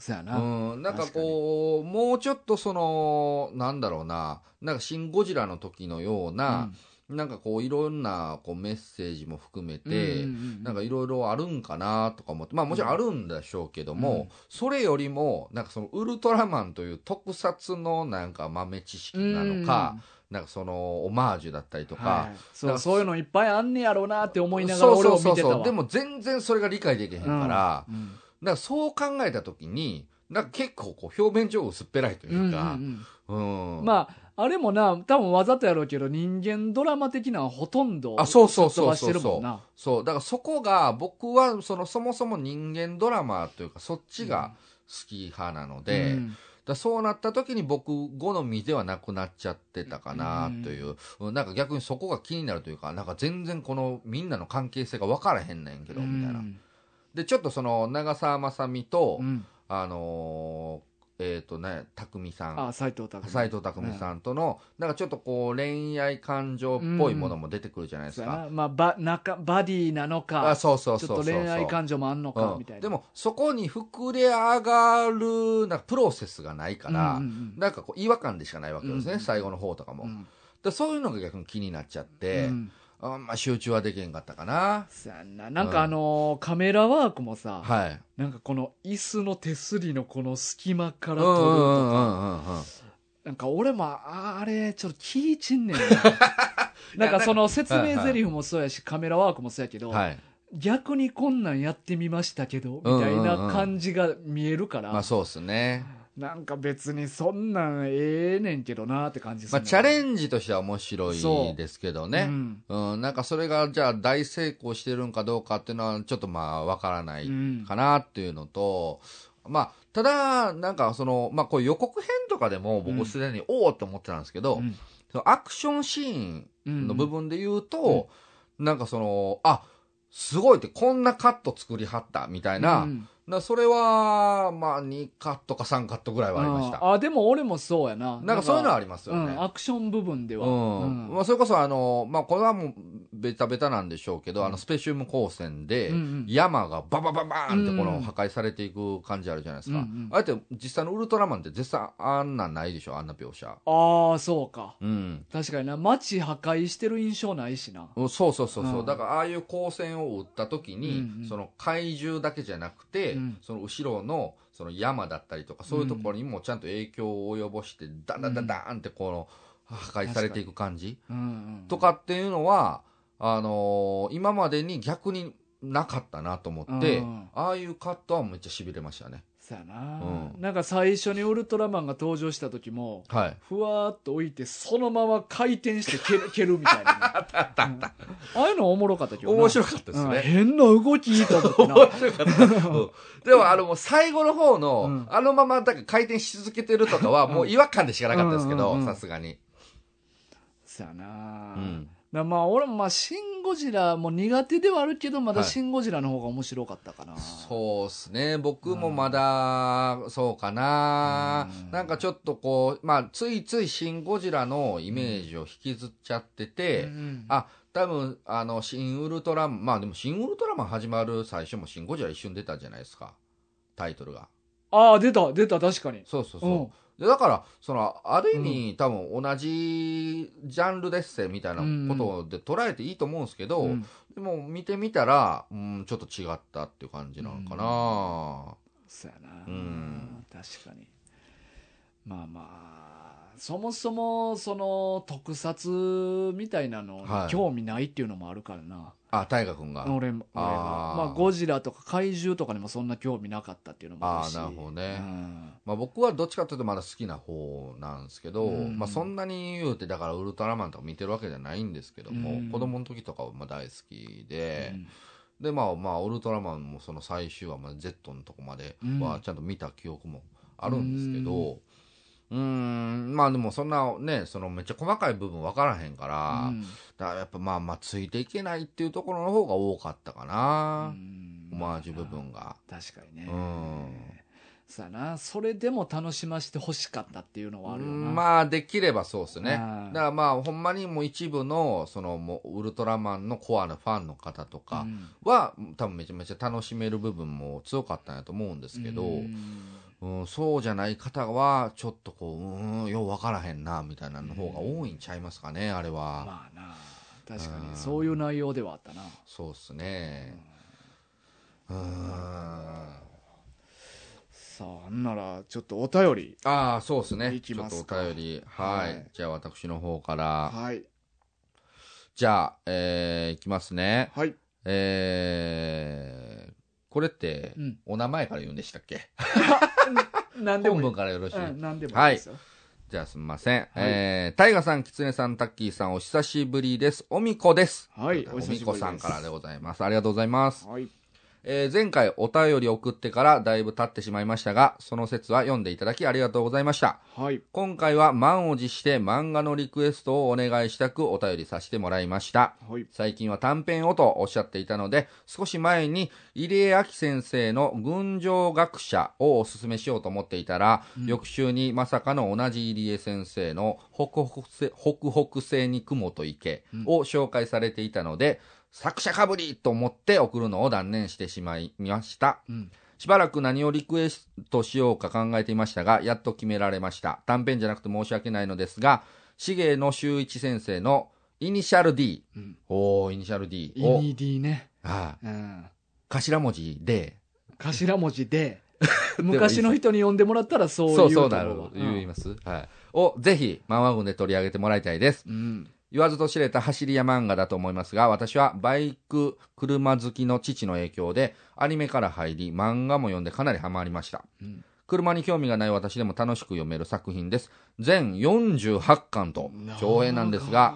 S1: そうやな、
S2: うん、なんかこう、もうちょっとその、なんだろうな、なんかシン・ゴジラの時のような、なんかこういろんなこうメッセージも含め
S1: う
S2: て、
S1: うう
S2: なんかいろいろあるんかなとか思って、まあもちろんあるんでしょうけども、
S1: うん
S2: それよりも、なんかそのウルトラマンという特撮のなんか豆知識なのか、、なんかそのオマージュだったり
S1: うん
S2: とか、
S1: はいそ
S2: なん
S1: う
S2: か
S1: そういうのいっぱいあんねやろうなって思いながら俺を見てたわ
S2: でも全然それが理解できへんから、
S1: うんうん
S2: なんかそう考えた時に、なんか結構こう表面上薄っぺらいというか
S1: うん、うんうん
S2: うん
S1: まあ、あれもな、多分わざとやろうけど、人間ドラマ的なのはほとんど、
S2: あ、そうそう
S1: 飛
S2: そう
S1: ばし
S2: そ
S1: て
S2: う
S1: る
S2: そ
S1: も。
S2: うん
S1: な。
S2: そう、だからそこが僕はそのそもそも人間ドラマというかそっちが好き派なので、
S1: う
S2: だか
S1: ん
S2: らそうなった時に僕好みではなくなっちゃってたかなという、うんなんか逆にそこが気になるというか、なんか全然このみんなの関係性が分からへんねんけど、みたいな。で、ちょっとその長澤まさみと、
S1: うん
S2: あのーえっ、とね、匠さん。
S1: あ斎藤拓
S2: 斎藤匠さんとの、なんかちょっとこう恋愛感情っぽいものも出てくるじゃないです
S1: そうや
S2: か。
S1: なまあバ中バディなの
S2: あ
S1: か
S2: そうそうそうそうそう
S1: ちょっと恋愛感情もあんのか、
S2: うん
S1: みたいな
S2: でもそこに膨れ上がるなんかプロセスがないから、
S1: うんうん
S2: なんかこう違和感でしかないわけですね、
S1: うん
S2: 最後の方とかも、
S1: うんうん
S2: でそういうのが逆に気になっちゃっ
S1: う
S2: て、
S1: ん
S2: あんま集中はできへんかったかな
S1: そうやんななんかあのーカメラワークもさ、
S2: はい
S1: なんかこの椅子の手すりのこの隙間か
S2: うん
S1: ら
S2: うんう
S1: 撮ると
S2: ん
S1: か、
S2: うんうん
S1: なんか俺もああれちょっと気いちん ねんななんかその説明台詞もそうやし、カメラワークもそうやけど、
S2: はい
S1: 逆にこんなんやってみましたけどみたいな感じが見えるから、
S2: まあそうですね
S1: なんか別にそんなんええねんけどなって感じす
S2: ま
S1: る
S2: あチャレ
S1: ジ
S2: ンジとしては面白
S1: そ
S2: いうですけどね、うん、なんかそれがじゃあ大成功してるんかどうかっていうのはちょっとまあわからないかなっていうのと、まあただなんかその、まあ、こう予告編とかでも
S1: うん
S2: 僕すでにおおって思ってたんですけど、そのアクションシーンの部分で言うと、なんかそのあすごいってこんなカット作りはったみたいな、なそれはまあ2カットか3カットぐらいはありました、
S1: ああでも俺もそうやな
S2: なんかそういうのはあ
S1: り
S2: りますよね、
S1: アクション部分では、
S2: うんまあ、それこそあの、まあ、これはもうベタベタなんでしょうけど、あのスペシウム光線で
S1: うんうん
S2: 山がババババーンってこ
S1: う
S2: の
S1: ん
S2: 破壊されていく感じあるじゃないですか、
S1: うんうん
S2: あえて実際のウルトラマンって絶対あんなんないでしょあんな描写
S1: ああそうか
S2: うん
S1: 確かにな街破壊してる印象ないしな
S2: そうそうそうそう、
S1: うん
S2: だからああいう光線を打った時に、
S1: うんうん
S2: その怪獣だけじゃなくて、
S1: うん
S2: その後ろのその山だったりとかそういうところにもちゃんと影響を及ぼして、ダンダンダンダンってこの破壊されていく感じ、
S1: うんうん
S2: とかっていうのは、あのー今までに逆になかったなと思って、
S1: うん
S2: ああいうカットはめっちゃしびれましたね。
S1: そうやな、
S2: うん
S1: なんか最初にウルトラマンが登場した時も
S2: はい。
S1: ふわーっと置いてそのまま回転して蹴 る蹴るみたいなね、うんああいうのおもろかったけどな
S2: 面白かったです
S1: うん
S2: ね。
S1: 変な動きと思 ってな
S2: 面白かった。 うんでもあのもう最後の方の、
S1: うん
S2: あのままだから回転し続けてるとかはもう違和感でしかなかったですけ
S1: うんう
S2: ど、
S1: んうん
S2: さすがに。
S1: そうやな、
S2: う
S1: だか
S2: ん。
S1: らまあ俺もまあ「シン・ゴジラ」も苦手ではあるけどまだ「
S2: はい
S1: シン・ゴジラ」の方が面白かったかな、
S2: そうですね。僕もまだ、そうかな、
S1: うん
S2: なんかちょっとこう、まあ、ついついシン・ゴジラのイメージを引きずっちゃってて、
S1: うん
S2: あ多分あの新ウルトラマンまあでも新ウルトラマン始まる最初も「新ゴジラ」一瞬出たじゃないですかタイトルが
S1: あー出た出た確かに
S2: そうそう
S1: う
S2: そう、でだからそのある意味、多分同じジャンルですせみたいなことで捉えていいと思うんですけど、
S1: んうん
S2: でも見てみたら、うん、ちょっと違ったっていう感じなのかな、
S1: そうやな、
S2: うん
S1: 確かにまあまあそもそもその特撮みたいなの
S2: は
S1: に
S2: い
S1: 興味ないっていうのもあるからな、
S2: あ大河君が、
S1: 俺も俺は
S2: あー
S1: まあゴジラとか怪獣とかにもそんな興味なかったっていうのもあ
S2: あ
S1: る
S2: あ
S1: し
S2: なるほどね、
S1: うん
S2: まあ、僕はどっちかというとまだ好きな方なんですけど、
S1: うん
S2: まあ、そんなに言うてだからウルトラマンとか見てるわけじゃないんですけども、
S1: うん
S2: 子供の時とかはまあ大好きで
S1: う、ん
S2: でまあまあウルトラマンもその最終話まで Z のとこまで
S1: う
S2: は
S1: ん
S2: ちゃんと見た記憶もあるんですけどうーんまあでもそんなねそのめっちゃ細かい部分分からへんから,、
S1: うん
S2: だからやっぱまあまあついていけないっていうところの方が多かったかな、オマージュ部分が。
S1: 確かにね、
S2: うん
S1: さあなそれでも楽しませてほしかったっていうのはあるよな、
S2: うんまあできればそうですね
S1: うん
S2: だからまあほんまにもう一部のそのもうウルトラマンのコアなファンの方と
S1: う
S2: か
S1: ん
S2: は、多分めちゃめちゃ楽しめる部分も強かったんやと思うんですけど、
S1: う
S2: うん
S1: ん
S2: そうじゃない方はちょっとこううーんよう分からへんなみたいなの方が多いんちゃいますかねあれは、
S1: まあな確か
S2: うん
S1: にそういう内容ではあったな
S2: そうですねうんあ
S1: さあんならちょっとお便り
S2: あーそうですね
S1: いき
S2: ちょ
S1: ま
S2: っと
S1: す
S2: お
S1: か
S2: 便りはい、
S1: はい
S2: じゃあ私の方から、
S1: はい
S2: じゃあ、えーいきますね
S1: はい
S2: えーこれって、
S1: うん
S2: お名前から言うんでしたっけ
S1: 何でもいい
S2: 本文からよろしい、
S1: うん何でもいいですよ
S2: じゃあすみません。えー、タイガさん、キツネさん、タッキーさん、お久しぶりです。おみこです。
S1: はい
S2: と
S1: お
S2: うこと
S1: 久しぶりで
S2: で
S1: す
S2: おみこさんからでございます。ありがとうございます。
S1: はい
S2: えー前回お便り送ってからだいぶ経ってしまいましたが、その説は読んでいただきありがとうございました。
S1: はい。
S2: 今回は満を持して漫画のリクエストをお願いしたくお便りさせてもらいました。
S1: はい。
S2: 最近は短編をとおっしゃっていたので、少し前に入江明先生の群青学者をおすすめしようと思っていたら、翌週にまさかの同じ入江先生の北北西北北西に雲と池を紹介されていたので、作者かぶりと思って送るのを断念してしまいました。
S1: うん。
S2: しばらく何をリクエストしようか考えていましたが、やっと決められました。短編じゃなくて申し訳ないのですが、シゲの修一先生のイニシャル D。
S1: うん
S2: おー、イニシャル D
S1: イ
S2: を、
S1: ニディね。
S2: は
S1: うん。
S2: い頭文字で、
S1: 頭文字 で、
S2: も
S1: 昔の人に呼んでもらったらそういう
S2: そうそう
S1: とこ
S2: なる
S1: ろは、
S2: 言います。はい。を、ぜひ、漫画群で取り上げてもらいたいです。
S1: うん。
S2: 言わずと知れた走り屋漫画だと思いますが、私はバイク、車好きの父の影響で、アニメから入り、漫画も読んでかなりハマりました。
S1: うん
S2: 車に興味がない私でも楽しく読める作品です。全48巻と上映なんですが、、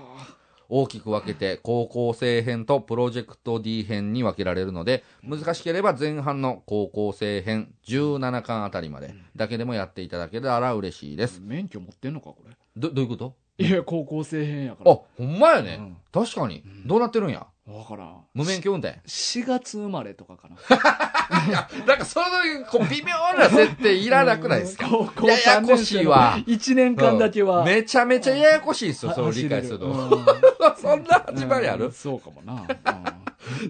S2: 大きく分けて高校生編とプロジェクト D 編に分けられるので、難しければ前半の高校生編17巻あたりまでだけでもやっていただけたら嬉しいです。
S1: 免許持ってんのか、これ。
S2: ど、どういうこと
S1: いや、高校生編やから。
S2: あ、ほんまやね。確かに。どうなってるんや。
S1: うん。わからん。
S2: 無免許運転。
S1: 4月生まれとかかな。
S2: なんかそういうこう微妙な設定いらなくないですか
S1: うん高校
S2: ややこしいわ
S1: 1年間だけは。
S2: めちゃめちゃややこしいですよ、
S1: は
S2: それを理解する
S1: 走
S2: と。
S1: れる
S2: そんな
S1: うん
S2: 始まりあ
S1: う
S2: る
S1: んそうかもな。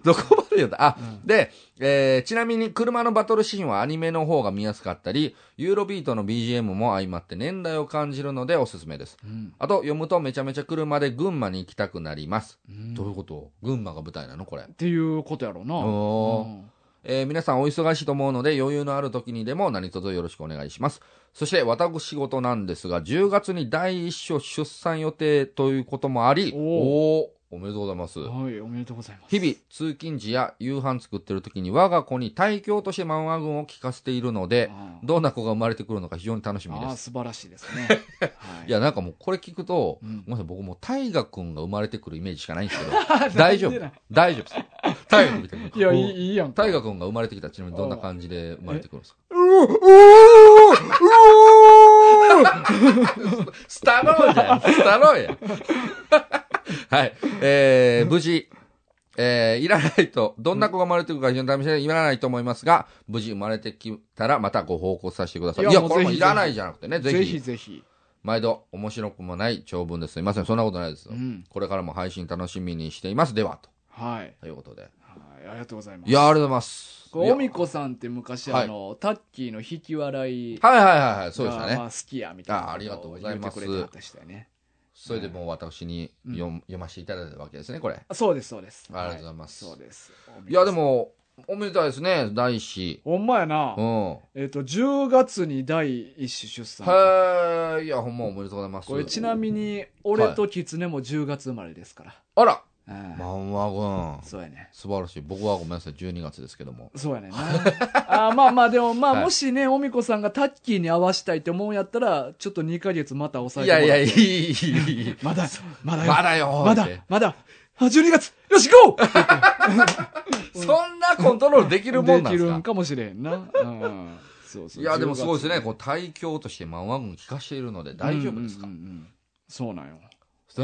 S2: どこまで言うんだあ、
S1: う
S2: で、えーちなみに車のバトルシーンはアニメの方が見やすかったり、ユーロビートの BGM も相まって年代を感じるのでおすすめです。
S1: うん
S2: あと、読むとめちゃめちゃ車で群馬に行きたくなります。
S1: うん
S2: どういうこと群馬が舞台なのこれ。
S1: っていうことやろうな。
S2: おー
S1: うん
S2: えー皆さんお忙しいと思うので余裕のある時にでも何卒よろしくお願いします。そして私事なんですが、10月に第一子出産予定ということもあり、
S1: おー
S2: おーおめでとうございます。
S1: はい、おめでとうございます。
S2: 日々、通勤時や夕飯作ってる時に我が子に対教として漫画群を聞かせているので、
S1: あー
S2: どんな子が生まれてくるのか非常に楽しみ
S1: あ
S2: で
S1: ー
S2: す。
S1: 素晴らしいですね。はい
S2: いや、なんかもうこれ聞くと、
S1: うん
S2: ごめんなさい、僕もう大河君が生まれてくるイメージしかないんですけど、大丈夫大丈夫です。大河君みたいな。
S1: いや、いいいいやんか。
S2: 大河君が生まれてきたらちなみにどんな感じで生まれてくるんですか
S1: うおうおうおう
S2: スタローじゃん。スタローや。 はい。えー、無事、えー、いらないと、どんな子が生まれてくるか非常に試しでいらないと思いますが、無事生まれてきたらまたご報告させてください。
S1: い
S2: い
S1: や
S2: や、
S1: もう
S2: これも
S1: ぜひ
S2: いらないじゃなくてね、ぜ
S1: ぜひ
S2: ひ、
S1: ぜひ。
S2: 毎度面白くもない長文です。すいません、そんなことないですよ。
S1: うん
S2: これからも配信楽しみにしています。では、と
S1: はい。
S2: ということで。
S1: はいありがとうございます。
S2: いや、ありがとうございます。
S1: こうお
S2: い
S1: みこさんって昔、
S2: はい
S1: あの、タッキーの引き笑い
S2: やはいはいはいはい、そうでした
S1: がま
S2: ね。
S1: あ好きやみたいなことを
S2: あありがとうございます
S1: 言ってくれてはった人やね。
S2: それでもう私に読,、読ませていただいたわけですね、これ。
S1: あそうです、そうです。
S2: ありがとうございます
S1: はそうです。おみこさん
S2: いや、で。も、おめでたいですね、第一子。
S1: ほんまやな
S2: う。ん。
S1: えっと、10月に第一子出産。
S2: はい、いや、ほんまおめでとうございます。
S1: これちなみに、俺と狐も10月生まれですから。
S2: あら、
S1: うん
S2: マンワ君、
S1: そうやね。
S2: 素晴らしい。僕はごめんなさい、12月ですけども。
S1: そうやねんな。あーまあまあ、でもまあ、
S2: はい
S1: もしね、おみこさんがタッキーに合わしたいって思うんやったら、ちょっと2ヶ月また抑
S2: い
S1: えても
S2: や
S1: らって。
S2: いや、いい、いい、いい。
S1: まだ、まだよ、
S2: まだよ、
S1: ま
S2: っ
S1: だ
S2: て、
S1: まだ、あ12月、よし、ゴー
S2: そんなコントロールできるもんなん
S1: でき
S2: です
S1: る
S2: か
S1: んかもしれへんな。うん。そうそう
S2: いや、でもすごいですね。
S1: 10
S2: こう、対響としてマンワ君聞かしているので大丈夫ですか、
S1: うんうんうんうんそうなんよ。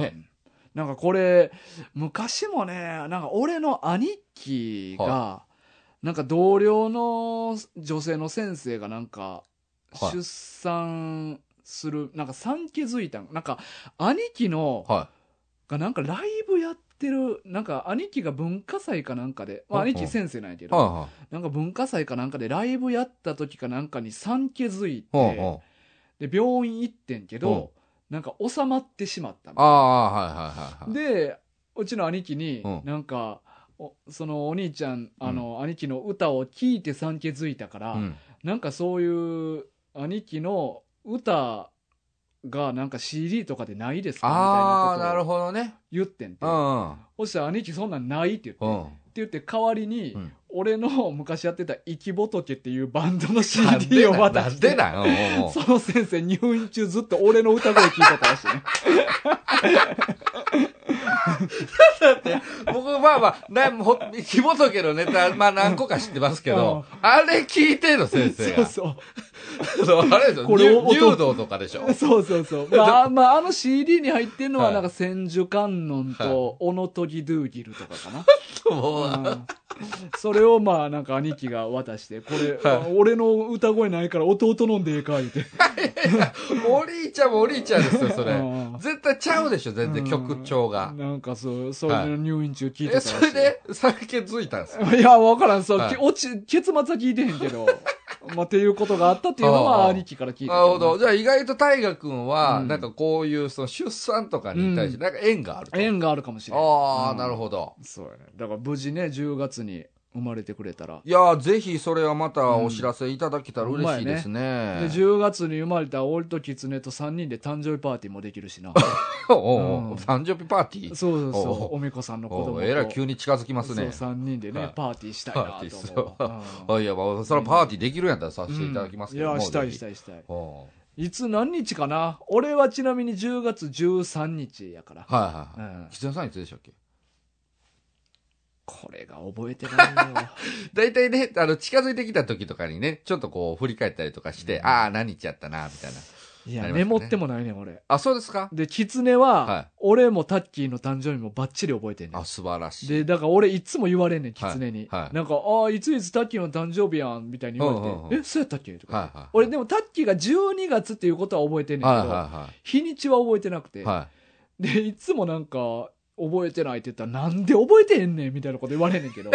S2: ね。
S1: なんかこれ、昔もね、なんか俺の兄貴が、なんか同僚の女性の先生がなんか、
S2: はい
S1: 出産する、なんか産気づいたんなんか兄貴の、
S2: は
S1: がなんかライブやってる、なんか兄貴が文化祭かなんかで、まあ
S2: はい
S1: 兄貴先生なんやけ
S2: い。
S1: ど、
S2: は
S1: なんか文化祭かなんかでライブやった時かなんかに産気づいて、
S2: いはい。はいはい。
S1: で、病院行ってんけど、なんか収まってしまったみたいな
S2: ああ、はいはいはいはい。
S1: でうちの兄貴に、
S2: うん
S1: なんかおそのお兄ちゃんあの、兄貴の歌を聴いて産気づいたから、
S2: うん、
S1: なんかそういう兄貴の歌がなんか CD とかでないですかみたい
S2: ああ、
S1: な
S2: な
S1: こと
S2: る
S1: を
S2: ほどね。
S1: 言ってんて、
S2: うん。うん。
S1: そしたら兄貴そんなんないって言って、って言
S2: うん
S1: って代わりに、
S2: うん
S1: 俺の昔やってた「生き仏」っていうバンドの
S2: なん
S1: CD
S2: で
S1: を
S2: な
S1: 渡
S2: な
S1: し
S2: ん
S1: て
S2: でなんうんうんう ん
S1: その先生入院中ずっと俺の歌声聞いてたらしいね
S2: 僕、まあまあ、なほひもとけのネ タ、まあ何個か知ってますけど、あれ聞いてんの、先生
S1: そう
S2: が。
S1: そ
S2: そうあれでしょ
S1: これを
S2: 柔柔道とかでしょ
S1: う。 そうそう そう。まあ、まあ、あの CD に入ってんのは、
S2: はい
S1: なんか千手観音と、オノトギドゥーギルとかか な。
S2: もう
S1: うんそれをまあなんか兄貴が渡して、これ、
S2: は
S1: 俺の歌声ないから弟飲んでええか言うて。
S2: お兄ちゃんもお兄ちゃんですよ、それ
S1: うん。
S2: 絶対ちゃうでしょ、全然曲調が。
S1: なんかそう、そういうの入院中聞いてた
S2: え、
S1: らしい
S2: それで酒気づいたんです か
S1: いや、わからん。そう、
S2: はい
S1: け落ち、結末は聞いてへんけど。 まあ、っていうことがあったっていうの
S2: ああ
S1: は、兄貴から聞いたけ
S2: なるほど。。じゃあ意外と大河君は、
S1: うん
S2: なんかこういう、その出産とかに対して、なんか縁があると。
S1: 縁があるかもしれん。
S2: ああ、
S1: うん
S2: なるほど。
S1: そうやね。だから無事ね、10月に生まれてくれたら。
S2: いやーぜひそれはまたお知らせいただけたら嬉しいですね。
S1: で、10月に生まれた俺とキツネと3人で誕生日パーティーもできる しな。
S2: おうおう
S1: うん
S2: 誕生日パーティー
S1: そうそう
S2: おうお
S1: そうう。おみこさんの子
S2: お
S1: 供
S2: う
S1: と。
S2: えらい急に近づきますね。
S1: そう、3人で
S2: はい
S1: ね、パーティーしたいなと思う
S2: パーティ
S1: わ。
S2: あいや、まあ、それはパーティーできるんやったらさ
S1: うん
S2: せていただきますけど
S1: い
S2: も、
S1: や、したいした
S2: い。
S1: いしたい。
S2: おう
S1: いつ何日かな俺はちなみに10月13日やから。
S2: はいはいは
S1: うん
S2: い。吉田さんいつでしたっけ
S1: これが覚えてない よ。
S2: 大体ね、あの、近づいてきた時とかにね、ちょっとこう、振り返ったりとかして、ああ、何日やったな、みたいな。
S1: いや、
S2: あります
S1: メ
S2: よね
S1: モってもないねん俺。
S2: あ、そうですか
S1: で、キツネ
S2: は、
S1: はい俺もタッキーの誕生日もバッチリ覚えてんねん
S2: あ、。素晴らしい。
S1: で、だから俺いつも言われんねん、キツネに。
S2: はいはい
S1: なんか、ああ、いついつタッキーの誕生日やん、みたいに言われて、
S2: うんうんうん
S1: え、そうやったっけとか。
S2: はいはい。
S1: 俺でもタッキーが12月っていうことは覚えてんねんけど、
S2: はいは
S1: 日にちは覚えてなく
S2: い
S1: て、
S2: はい。は
S1: で、いつもなんか、覚えてないって言ったら、なんで覚えてへんねんみたいなこと言われんねん けど。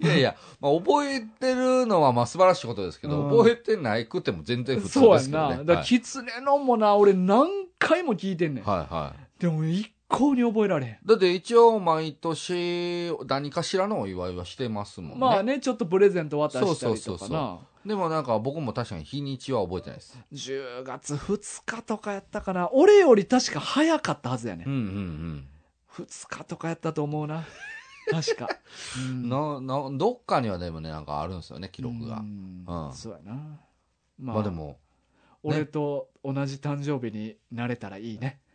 S2: い。いやいや、まあ、覚えてるのはまあ素晴らしいことですけど、
S1: うん
S2: 覚えてないくても全然普通
S1: そう
S2: で
S1: や
S2: す
S1: ん
S2: けど
S1: な。
S2: ね。
S1: だから、キツネのもな、俺何回も聞いてんねん。
S2: はい、はいは
S1: でも、一向に覚えられへん。
S2: い。だって一応毎年何かしらのお祝いはしてますもんね。
S1: まあね、ちょっとプレゼント渡したり
S2: そ
S1: と
S2: うそうそ
S1: か
S2: うそ
S1: な。
S2: でもなんか僕も確かに日にちは覚えてないです。
S1: 10月2日とかやったかな。俺より確か早かったはずやね
S2: うんうん
S1: 2日とかやったと思う な。確か。う
S2: うんん。な、な、どっかにはでもね、なんかあるんですよね、記録が
S1: う。ん
S2: うん
S1: そうやな。まあ、
S2: まあでも、
S1: 俺と同じ誕生日になれたらいいね。
S2: うん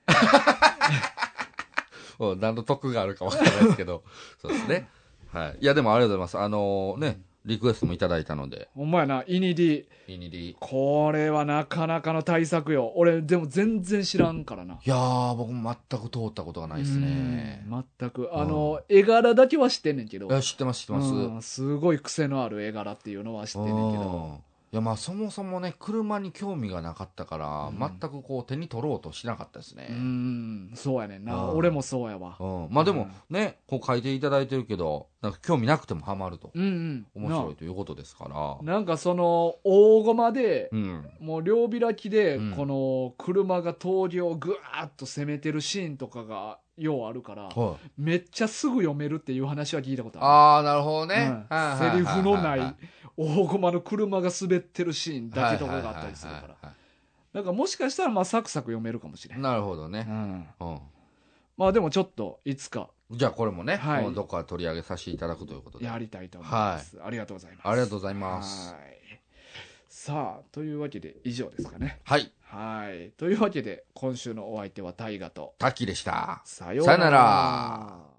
S2: 何の得があるかわからないですけど、 そうですね。はい。いや、でもありがとうございます。あのね、リクエストもいただいたので、
S1: ほんまやな、イニディ。
S2: イニリ。
S1: これはなかなかの対策よ。俺、でも全然知らんからな。
S2: いやー、僕も全く通ったことがないですね。
S1: うん。全く。あの、絵柄だけは知ってんねんけど
S2: い。や、知ってます、知ってます。うん。
S1: うんすごい癖のある絵柄っていうのは知ってんねんけど。
S2: いや、まあ、そもそもね、車に興味がなかったから、
S1: うん
S2: 全くこう、手に取ろうとしなかったですね。
S1: うん、そうやねんな。
S2: うん
S1: 俺もそうやわ。
S2: うん、まあでもね、こう書いていただいてるけど、なんか興味なくてもハマると。
S1: うんうん。
S2: 面白いということですから。
S1: ななんかその、大駒で、
S2: うん。
S1: もう両開きで
S2: うん、
S1: この車が峠をぐわーっと攻めてるシーンとかがようあるから、
S2: はい。
S1: めっちゃすぐ読めるっていう話は聞いたことある。
S2: ああ、なるほどね。
S1: うん
S2: はいはいはい
S1: セリフの
S2: は
S1: な
S2: はい
S1: 大駒の車が滑ってるシーンだけとかがあったりする
S2: は
S1: か
S2: いはい
S1: ら
S2: はいは
S1: なんかもしかしたらまあサクサク読めるかもしれ
S2: い
S1: ん、
S2: なるほど
S1: う
S2: ね。
S1: ん、
S2: うん。
S1: まあでもちょっといつか
S2: じゃあこれもね、
S1: はい
S2: もうどこか取り上げさせていただくということで。
S1: や
S2: あり
S1: りたいと思います、ありがとうございます
S2: がとう
S1: ざい
S2: ございます。
S1: さあというわけで以上ですかね
S2: はい。
S1: はいというわけで今週のお相手は大河と
S2: タッキーでした。
S1: さよう
S2: さよなら